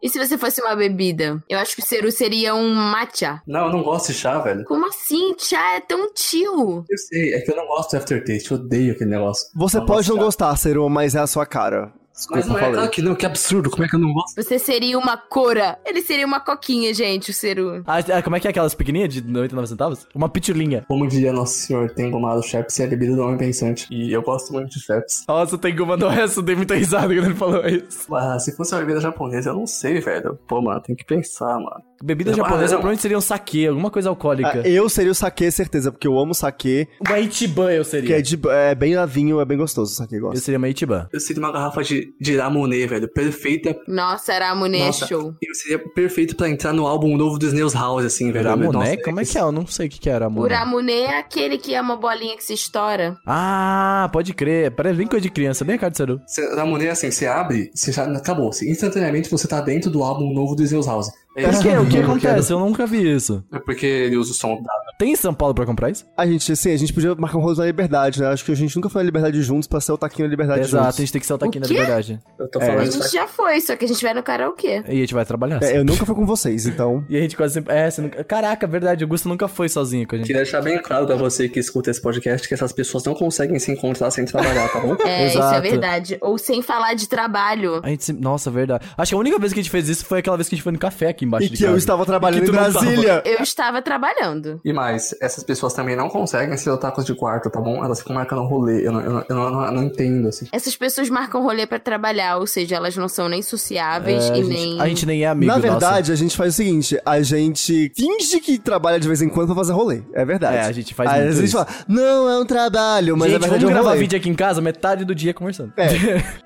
E se você fosse uma bebida? Eu acho que o Seru seria um matcha.
Não, eu não gosto de chá, velho.
Como assim? Chá é tão tio.
Eu sei, é que eu não gosto de aftertaste, eu odeio aquele negócio.
Você
gosto
pode
de
não
chá.
gostar, Seru, mas é a sua cara. Desculpa,
Mas não é,
falei.
claro que não, que absurdo, como é que eu não gosto?
Você seria uma cora. Ele seria uma coquinha, gente, o Seru.
Ah, ah, como é que é aquelas pequenininhas de 99 centavos? Uma pitulinha.
Como diria Nosso Senhor, tem gomado Sheps e a bebida do homem pensante. E eu gosto muito de Sheps.
Nossa, tem que mandar essa, eu dei muita risada quando ele falou isso.
Mas Ah, se fosse uma bebida japonesa, eu não sei, velho. Pô, mano, tem que pensar, mano.
Bebida
Ah,
japonesa
não.
provavelmente seria um saque, alguma coisa alcoólica.
Ah, eu seria o saque, certeza, porque eu amo saque,
Uma Itiban eu seria.
que é, de- é bem lavinho, é bem gostoso o saque, eu
Eu
gosto.
seria uma Itiban.
Eu seria uma garrafa de, de Ramonet, velho. Perfeita.
Nossa, Aramune é
Nossa.
show.
Eu seria perfeito pra entrar no álbum novo do Snails House, assim, velho.
Ramoné?
Nossa,
Como é que é? Eu não sei o que que era,
O
amor.
Ramune é aquele que é uma bolinha que se estoura.
Ah, pode crer. Parece bem coisa de criança, bem a cara de Saru.
Cê- Ramonet, assim, você abre, você já acabou. Você, instantaneamente você tá dentro do álbum novo do Snails House. É
Por
isso
quê? O que
eu
acontece? Eu nunca vi isso.
quero. É porque ele usa o som da
Tem em São Paulo pra comprar isso?
A gente, assim, a gente podia marcar um rolê na liberdade, né? Acho que a gente nunca foi na liberdade juntos pra ser o taquinho na liberdade
Exato, a
juntos.
gente tem que saltar
O
aqui na
quê?
liberdade.
Eu tô
A
falando isso
é-
gente já foi, só que a gente vai no karaokê.
E a gente vai trabalhar.
É, eu nunca fui com vocês, então.
E a gente quase sempre. É, você nunca... Caraca, verdade, o Gusto nunca foi sozinho com a gente.
Queria deixar bem claro pra você que escuta esse podcast que essas pessoas não conseguem se encontrar sem trabalhar, tá bom?
É, isso é
Exato.
verdade. Ou sem falar de trabalho.
A gente sempre... Nossa, verdade. Acho que a única vez que a gente fez isso foi aquela vez que a gente foi no café aqui embaixo
E
de
que eu
casa.
estava trabalhando
tu
em
não tava.
Brasília.
Eu estava trabalhando.
E mais, essas pessoas também não conseguem ser otakus de quarto, tá bom? Elas ficam marcando rolê, eu não, eu não, eu não- eu não entendo, assim.
Essas pessoas marcam rolê pra trabalhar, ou seja, elas não são nem
É,
sociáveis
a,
e
gente...
nem.
a gente nem é amigo.
Na
nossa.
verdade, a gente faz o seguinte: a gente finge que trabalha de vez em quando pra fazer rolê. É verdade.
É, a gente faz
Aí
muito
a gente
isso.
fala, não, é um trabalho, mas
gente,
na verdade é
vamos
um
gravar
rolê.
vídeo aqui em casa, metade do dia conversando.
É.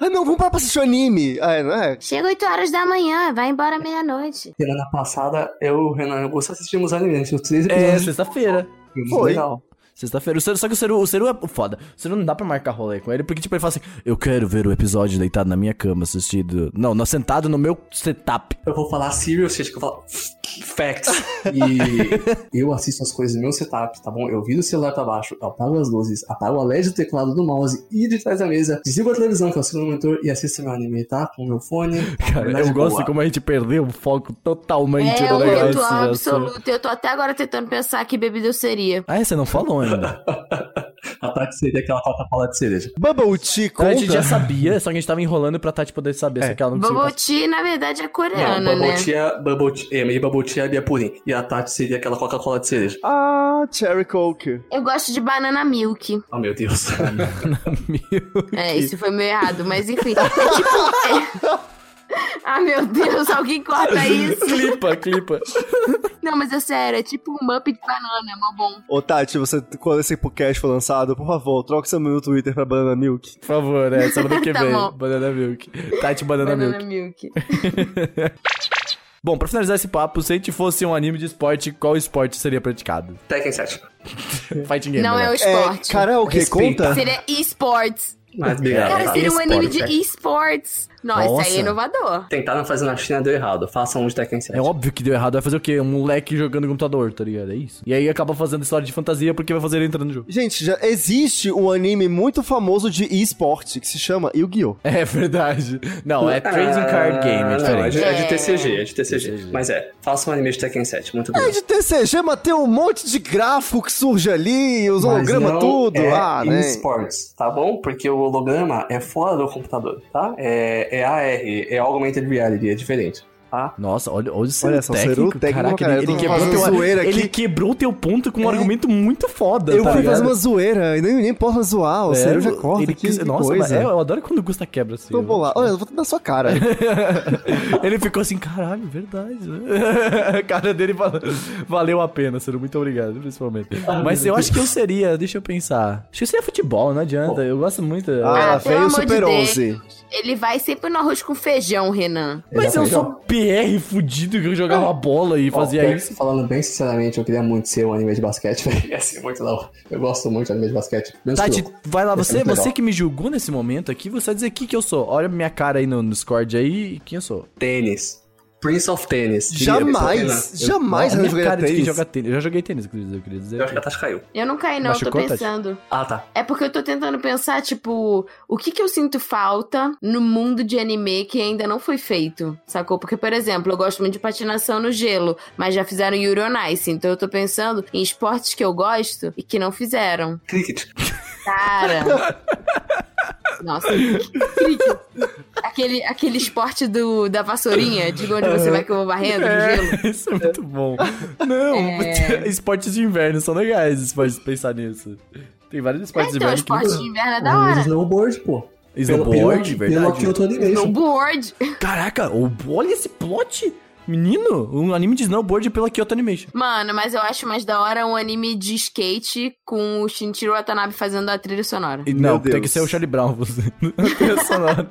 ah, não, vamos parar pra assistir anime. Ah, é, não é?
Chega 8 horas da manhã, vai embora meia-noite.
Semana passada, eu, o Renan e o Augusto assistimos anime, a gente viu três
É,
episódios.
sexta-feira.
Muito
foi.
Legal.
Sexta-feira. O Seru- Só que o Seru, o Seru é foda. O Seru não dá pra marcar rolê com ele, porque, tipo, ele fala assim: Eu quero ver o episódio deitado na minha cama, assistido. Não, não sentado no meu setup.
Eu vou falar serious shit, que eu falo facts. E eu assisto as coisas no meu setup, tá bom? Eu viro o celular pra baixo, eu apago as luzes, apago a LED do teclado do mouse e de trás da mesa, desligo a televisão que eu assisto no monitor e assisto meu anime, tá? Com meu fone.
Cara, eu gosto de como a gente perdeu o foco totalmente
É
no
um
negócio.
ritual
né,
absoluto. Eu tô até agora tentando pensar que bebida eu seria.
Ah, é, você não falou ainda.
Rapaz, Tati seria aquela Coca-Cola de cereja.
Bubble
Então A gente já
conta.
sabia, só que a gente tava enrolando pra Tati poder saber, só que ela não conseguiu.
Bubble tea, na verdade, é
Não,
coreana,
Bubble
né?
Tea, Bubble Tea, é, meio Bubble Tea é a Bia Purim. E a Tati seria aquela Coca-Cola de cereja.
Ah, Cherry Coke.
é-
Eu gosto de banana milk.
Oh, meu Deus.
É, isso foi meio errado, mas enfim. É tipo. é- Ah, meu Deus, alguém corta isso.
clipa, clipa.
Não, mas é sério, é tipo um mup de banana, é mó bom.
Ô, Tati, você, quando esse podcast for lançado, por favor, troca seu meu Twitter pra Banana Milk.
Por favor, é, semana que
Tá
vem.
bom.
Banana Milk. Tati Banana, Milk.
Banana milk.
Bom, pra finalizar esse papo, se a gente fosse um anime de esporte, qual esporte seria praticado?
Tekken 7.
Fighting game,
Não
né?
é o esporte.
cara, o que
Respeita.
conta?
Seria esportes.
Mas obrigado.
Cara,
tá?
seria um anime de
Esporte.
esportes. Não, isso aí
Nossa.
é inovador.
Tentaram fazer na China, deu errado. Façam um de Tekken 7.
É óbvio que deu errado. Vai fazer o quê? Um moleque jogando no computador, tá ligado? É isso. E aí acaba fazendo história de fantasia porque vai fazer ele entrando no jogo.
Gente, já existe um anime muito famoso de esporte que se chama Yu-Gi-Oh!
É verdade. Não, é Trading Card
Ah,
Game, é
não, é, de,
diferente.
é de TCG, é de TCG.
TCG.
Mas é, faça um anime de Tekken 7, muito bem.
É de TCG, mas tem um monte de gráfico que surge ali, os hologramas, tudo.
é
ah, né?
esportes, tá bom? Porque o holograma é fora do computador, tá? É, é AR, é augmented reality, é diferente, tá?
Nossa, olha, olha, o seu
Olha só,
técnico,
Seru, técnico,
caraca,
cara, eu
ele,
tô
ele quebrou
fazendo
teu,
zoeira aqui.
ele quebrou teu ponto com um
É.
argumento muito foda,
Eu
tá
fui fazer
ligado? É,
uma zoeira e nem, nem posso zoar, o Seru já corta.
ele
que,
quis-
que
Nossa, mas
coisa.
é, eu adoro quando o Gusta quebra assim.
Tô
né?
bolado. Olha, eu vou na sua cara.
Ele ficou assim, caralho, verdade. né? A cara dele val- valeu a pena, Ciro. Muito obrigado, principalmente. Mas eu acho que eu seria, deixa eu pensar. Acho que eu seria futebol, não adianta. Eu gosto muito.
Ah,
Ah, pelo
veio o
amor de
Super
Deus.
11.
Ele vai sempre no arroz com feijão, Renan.
mas eu
Exatamente.
sou PR fudido que eu jogava bola e
Ah. Ó,
fazia
pe-
isso.
Falando bem sinceramente, eu queria muito ser um anime de basquete, velho. Ia ser muito da hora. Eu gosto muito de anime de basquete. Menos
Tati,
que eu.
vai lá,
Esse é
você,
muito legal.
você que me julgou nesse momento aqui, você vai dizer que que eu sou. Olha minha cara aí no, no Discord aí, quem eu sou.
Tênis. Prince of Tênis.
Jamais,
Eu-
jamais
Olha
eu
a minha
jogaria
cara de quem
tênis.
joga tênis. Eu já joguei tênis, inclusive, eu queria dizer.
Eu acho que a Tati caiu.
Eu não caí, não, eu tô
Machucou, Tati?
pensando.
Ah, tá.
É porque eu tô tentando pensar, tipo, o que que eu sinto falta no mundo de anime que ainda não foi feito, sacou? Porque, por exemplo, eu gosto muito de patinação no gelo, mas já fizeram Yuri on Ice, então eu tô pensando em esportes que eu gosto e que não fizeram.
Cricket.
Cara... Nossa, cricket. Aquele, aquele esporte do, da vassourinha, de onde você vai que eu vou varrendo no gelo.
É, isso é muito bom. Não,
É.
esportes de inverno são legais, esportes pensar nisso. Tem vários
É,
esportes de
então,
inverno
esporte de
que...
inverno é da
Ah,
hora.
snowboard, pô.
Snowboard,
Pelo
verdade. né?
Kyoto Animation.
Snowboard.
Caraca, o- olha esse plot! Menino, um anime de snowboard pela Kyoto Animation.
Mano, mas eu acho mais da hora um anime de skate com o Shinichiro Watanabe fazendo a trilha sonora.
E
Meu
não, tem
Deus.
que ser o Charlie Brown. Você. Trilha sonora.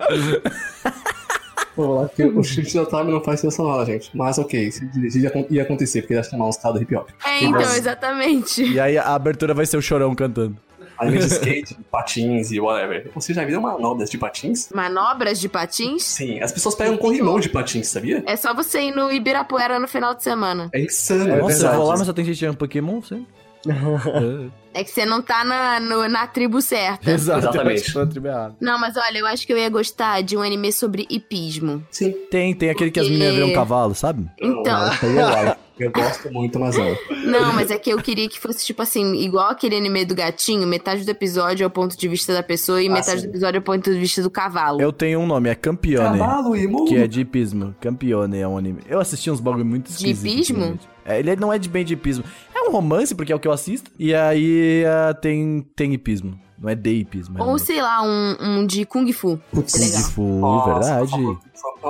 Pô, lá que o Shinichiro Otami não faz sensação nada, gente. Mas ok, se dirigir ia, ia acontecer, porque ele ia chamar um estado hip hop.
É, então,
massa.
exatamente.
e aí a abertura vai ser o Chorão cantando.
Anime de skate, patins e whatever. Você já viu manobras de patins?
Manobras de patins?
Sim, as pessoas pegam um corrimão de patins, sabia?
É só você ir no Ibirapuera no final de semana.
É insano, é
Nossa,
verdade.
eu vou lá, mas só tem gente jogando Pokémon, você?
É que você não tá na, no- na tribo certa.
Exato.
Exatamente.
tipo, uma tribo errada.
Não, mas olha, eu acho que eu ia gostar de um anime sobre hipismo.
Sim.
Tem, tem aquele que as
Porque-
meninas viram um cavalo, sabe?
Então,
Aí eu, like. eu gosto muito, mas um não.
não, mas é que eu queria que fosse, tipo assim, igual aquele anime do gatinho, metade do episódio é o ponto de vista da pessoa e
Ah,
metade
sim.
do episódio é o ponto de vista do cavalo.
Eu tenho um nome, é Campione.
Cavalo e um mundo.
Que é de hipismo. Campione é um anime. Eu assisti uns bagulho muito esquisitos.
hipismo?
ultimamente. É, ele não é de bem de hipismo. É um romance, porque é o que eu assisto. E aí ah, tem, tem hipismo. Não é de hipismo. é
Ou
um-
sei lá, um, um de Kung Fu.
Putz,
legal.
Kung Fu,
Nossa,
verdade.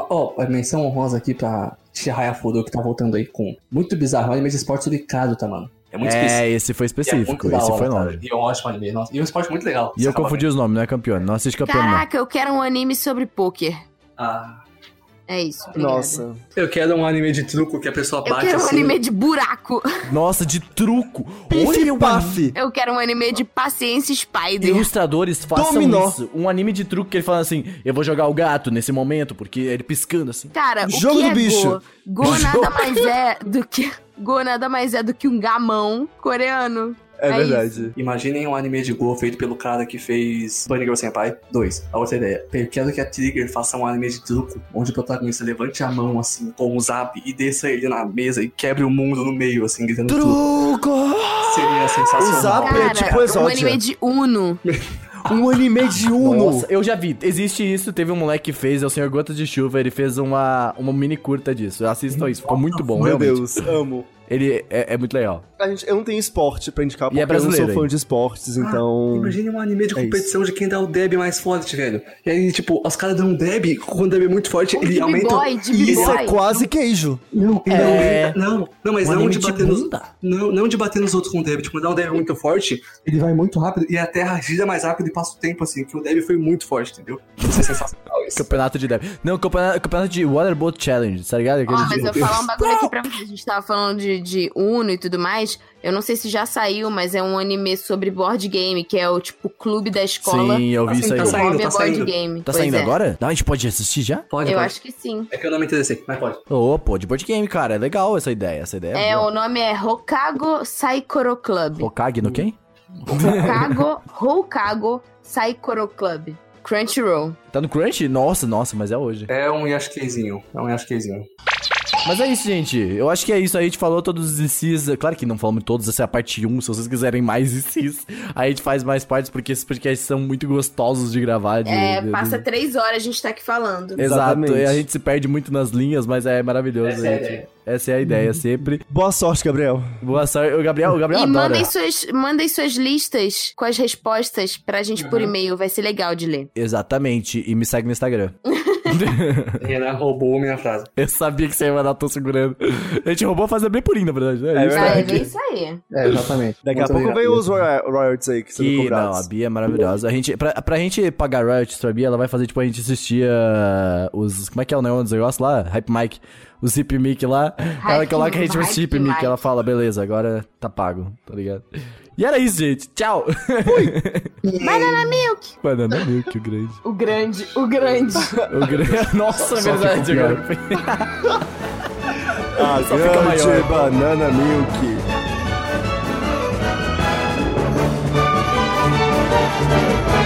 Ó, oh, menção honrosa aqui pra Tia Hayafudo, que tá voltando aí com muito bizarro. Anime de esporte suricado, tá, mano? É muito específico.
É, esse foi específico.
E é muito da
esse
hora,
foi
cara.
longe.
E é um ótimo anime, nossa. E é um esporte muito legal.
E
Você
eu
acaba
confundi os nomes, não é Campione. Não assiste Campione, não.
Caraca, eu quero um anime sobre pôquer.
vendo. Ah,
É isso. Obrigada.
Nossa.
eu quero um anime de truco que a pessoa
Eu
bate
quero um
assim.
anime de buraco.
Nossa, de truco. Olha
Pif
o anime.
Paf.
Eu quero um anime de paciência spider.
Ilustradores façam
Dominó.
isso. Um anime de truco que ele fala assim: eu vou jogar o gato nesse momento, porque ele piscando assim.
Cara, o
Jogo
que
do
é
bicho.
Go? Go nada mais é do que... Go nada mais é do que um gamão coreano.
É,
É
verdade.
Imaginem um anime de Go feito pelo cara que fez Bunny Girl Senpai 2. A outra ideia. Eu quero que a Trigger faça um anime de truco, onde o protagonista levante a mão, assim, com o zap e desça ele na mesa e quebre o mundo no meio, assim, gritando truco.
Truco!
Seria sensacional.
O zap é
Cara,
tipo
um
exódia.
anime de Uno.
Um anime de Uno.
Nossa, eu já vi. Existe isso, teve um moleque que fez, é o Senhor Gotas de Chuva, ele fez uma, uma mini curta disso. Assistam isso, ficou muito bom,
Meu
realmente.
Deus, amo.
Ele é, é muito legal.
A gente, eu não tenho esporte pra indicar,
E
porque
é
eu não sou
brasileiro,
fã
hein?
de esportes,
Ah,
então...
Imagine um anime de
É isso.
competição de quem dá o deb mais forte, velho. E aí, tipo, os caras dão um deb, quando o deb é muito forte,
Ou
ele
de
aumenta.
b-boy, Um de
e ele-
Isso
b-boy.
é quase queijo.
Não, ele
É.
aumenta. Não, não, mas tipo não
Um anime
de
de
bater nos.
bunda.
Não, não de bater nos outros com o deb. Tipo, dá um deb muito forte, ele vai muito rápido e a terra gira mais rápido e passa o tempo assim, que o deb foi muito forte, entendeu? Isso é sensacional isso.
Campeonato de Deb. Não, campeonato, campeonato de Waterboat Challenge, tá ligado? Aquele
Ó,
de-
mas eu vou falar um bagulho aqui pra vocês. A gente tava falando de, de Uno e tudo mais. Eu não sei se já saiu, mas é um anime sobre board game, que é o tipo clube da escola.
Sim, eu
Tá
vi isso aí.
saindo,
O
tá
nome é
saindo.
board game.
Tá
Pois
saindo
é.
agora? Não, a gente pode assistir já?
Pode,
Eu
pode.
acho que sim.
É que eu não me interessei, mas pode.
Ô, pô, de board game, cara. É legal essa ideia. Essa ideia é,
É,
boa.
o nome é Hokago Saikoro Club.
Hokage no quem?
Hokago, Hokago Saikoro Club. Crunchyroll.
Tá no Crunch? Nossa, nossa, mas é hoje.
É um Yashkezinho. É um Yashkezinho.
Mas é isso, gente. Eu acho que é isso. A gente falou todos os ICs. Claro que não falamos todos, essa é a parte 1. Se vocês quiserem mais ICs, a gente faz mais partes, porque esses podcasts são muito gostosos de gravar. de-
É,
de-
passa três horas a gente tá aqui falando.
Exato,
Exatamente.
e a gente se perde muito nas linhas, mas é maravilhoso.
Essa é a
gente.
ideia.
Essa é a
Uhum.
ideia sempre.
Boa sorte, Gabriel.
Boa sorte. O Gabriel, o
E
Gabriel adora.
mandem suas, mandem suas listas com as respostas pra gente por e-mail. Vai ser legal de ler.
Exatamente, e me segue no Instagram.
Renan roubou minha frase.
Eu sabia que você ia mandar, tô segurando. A gente roubou fazendo bem purinho, na verdade, né?
É
Isso.
Ah, é
verdade.
bem isso aí.
É, exatamente.
Daqui a pouco vem os roya- royalties aí que são
Que, não, a
cobrados.
Bia é maravilhosa. A gente, pra, pra gente pagar royalties pra Bia, ela vai fazer, tipo, a gente assistir ah, os... Como é que é o nome dos negócios lá? Hype Mike. O Zip Mic lá. ela coloca a gente no
Hype
Zip Mic.
Mic.
Ela fala, beleza, agora tá pago, tá ligado? E era isso, gente. Tchau.
Banana Milk!
Banana Milk, o grande.
O grande, o grande.
O grande... Nossa, é
Só
verdade,
ficou
agora.
A
só fica maior.
Ah,
né?
banana milk.
Thank